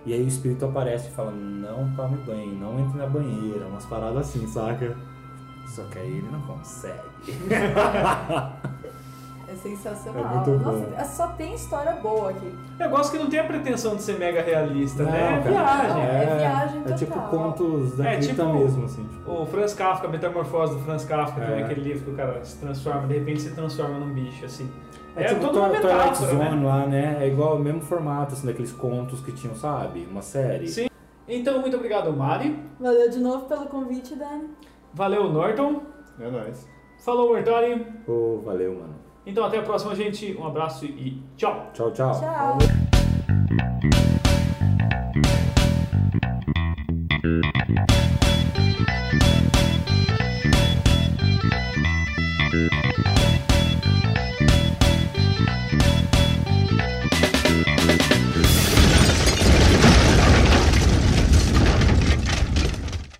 Speaker 4: E aí o espírito aparece e fala: Não tome banho, não entre na banheira, umas paradas assim, saca? Só que aí ele não consegue.
Speaker 3: É sensacional.
Speaker 4: É muito
Speaker 3: Nossa,
Speaker 4: bom.
Speaker 3: é- só tem história boa aqui.
Speaker 2: Eu gosto que não tem a pretensão de ser mega realista, né? É
Speaker 4: cara,
Speaker 2: viagem.
Speaker 3: é viagem
Speaker 4: É tipo
Speaker 3: total.
Speaker 4: contos da
Speaker 2: É,
Speaker 4: cripta
Speaker 2: tipo-
Speaker 4: mesmo, assim. Tipo.
Speaker 2: O Franz Kafka, a Metamorfose do Franz Kafka, também
Speaker 4: É.
Speaker 2: aquele livro que o cara se transforma, de repente se transforma num bicho, assim.
Speaker 4: É,
Speaker 2: É,
Speaker 4: tipo
Speaker 2: toda uma
Speaker 4: Twi- Twilight
Speaker 2: metáfora,
Speaker 4: Zone
Speaker 2: né?
Speaker 4: lá, né? É igual o mesmo formato, assim, daqueles contos que tinham, sabe? Uma série.
Speaker 2: Sim. Então, muito obrigado, Mari.
Speaker 3: Valeu de novo pelo convite, Dani.
Speaker 2: Valeu, Norton.
Speaker 5: É nóis.
Speaker 2: Falou, Mortari.
Speaker 4: Ô, valeu, mano.
Speaker 2: Então, até a próxima, gente. Um abraço e tchau.
Speaker 4: Tchau, tchau.
Speaker 3: Tchau.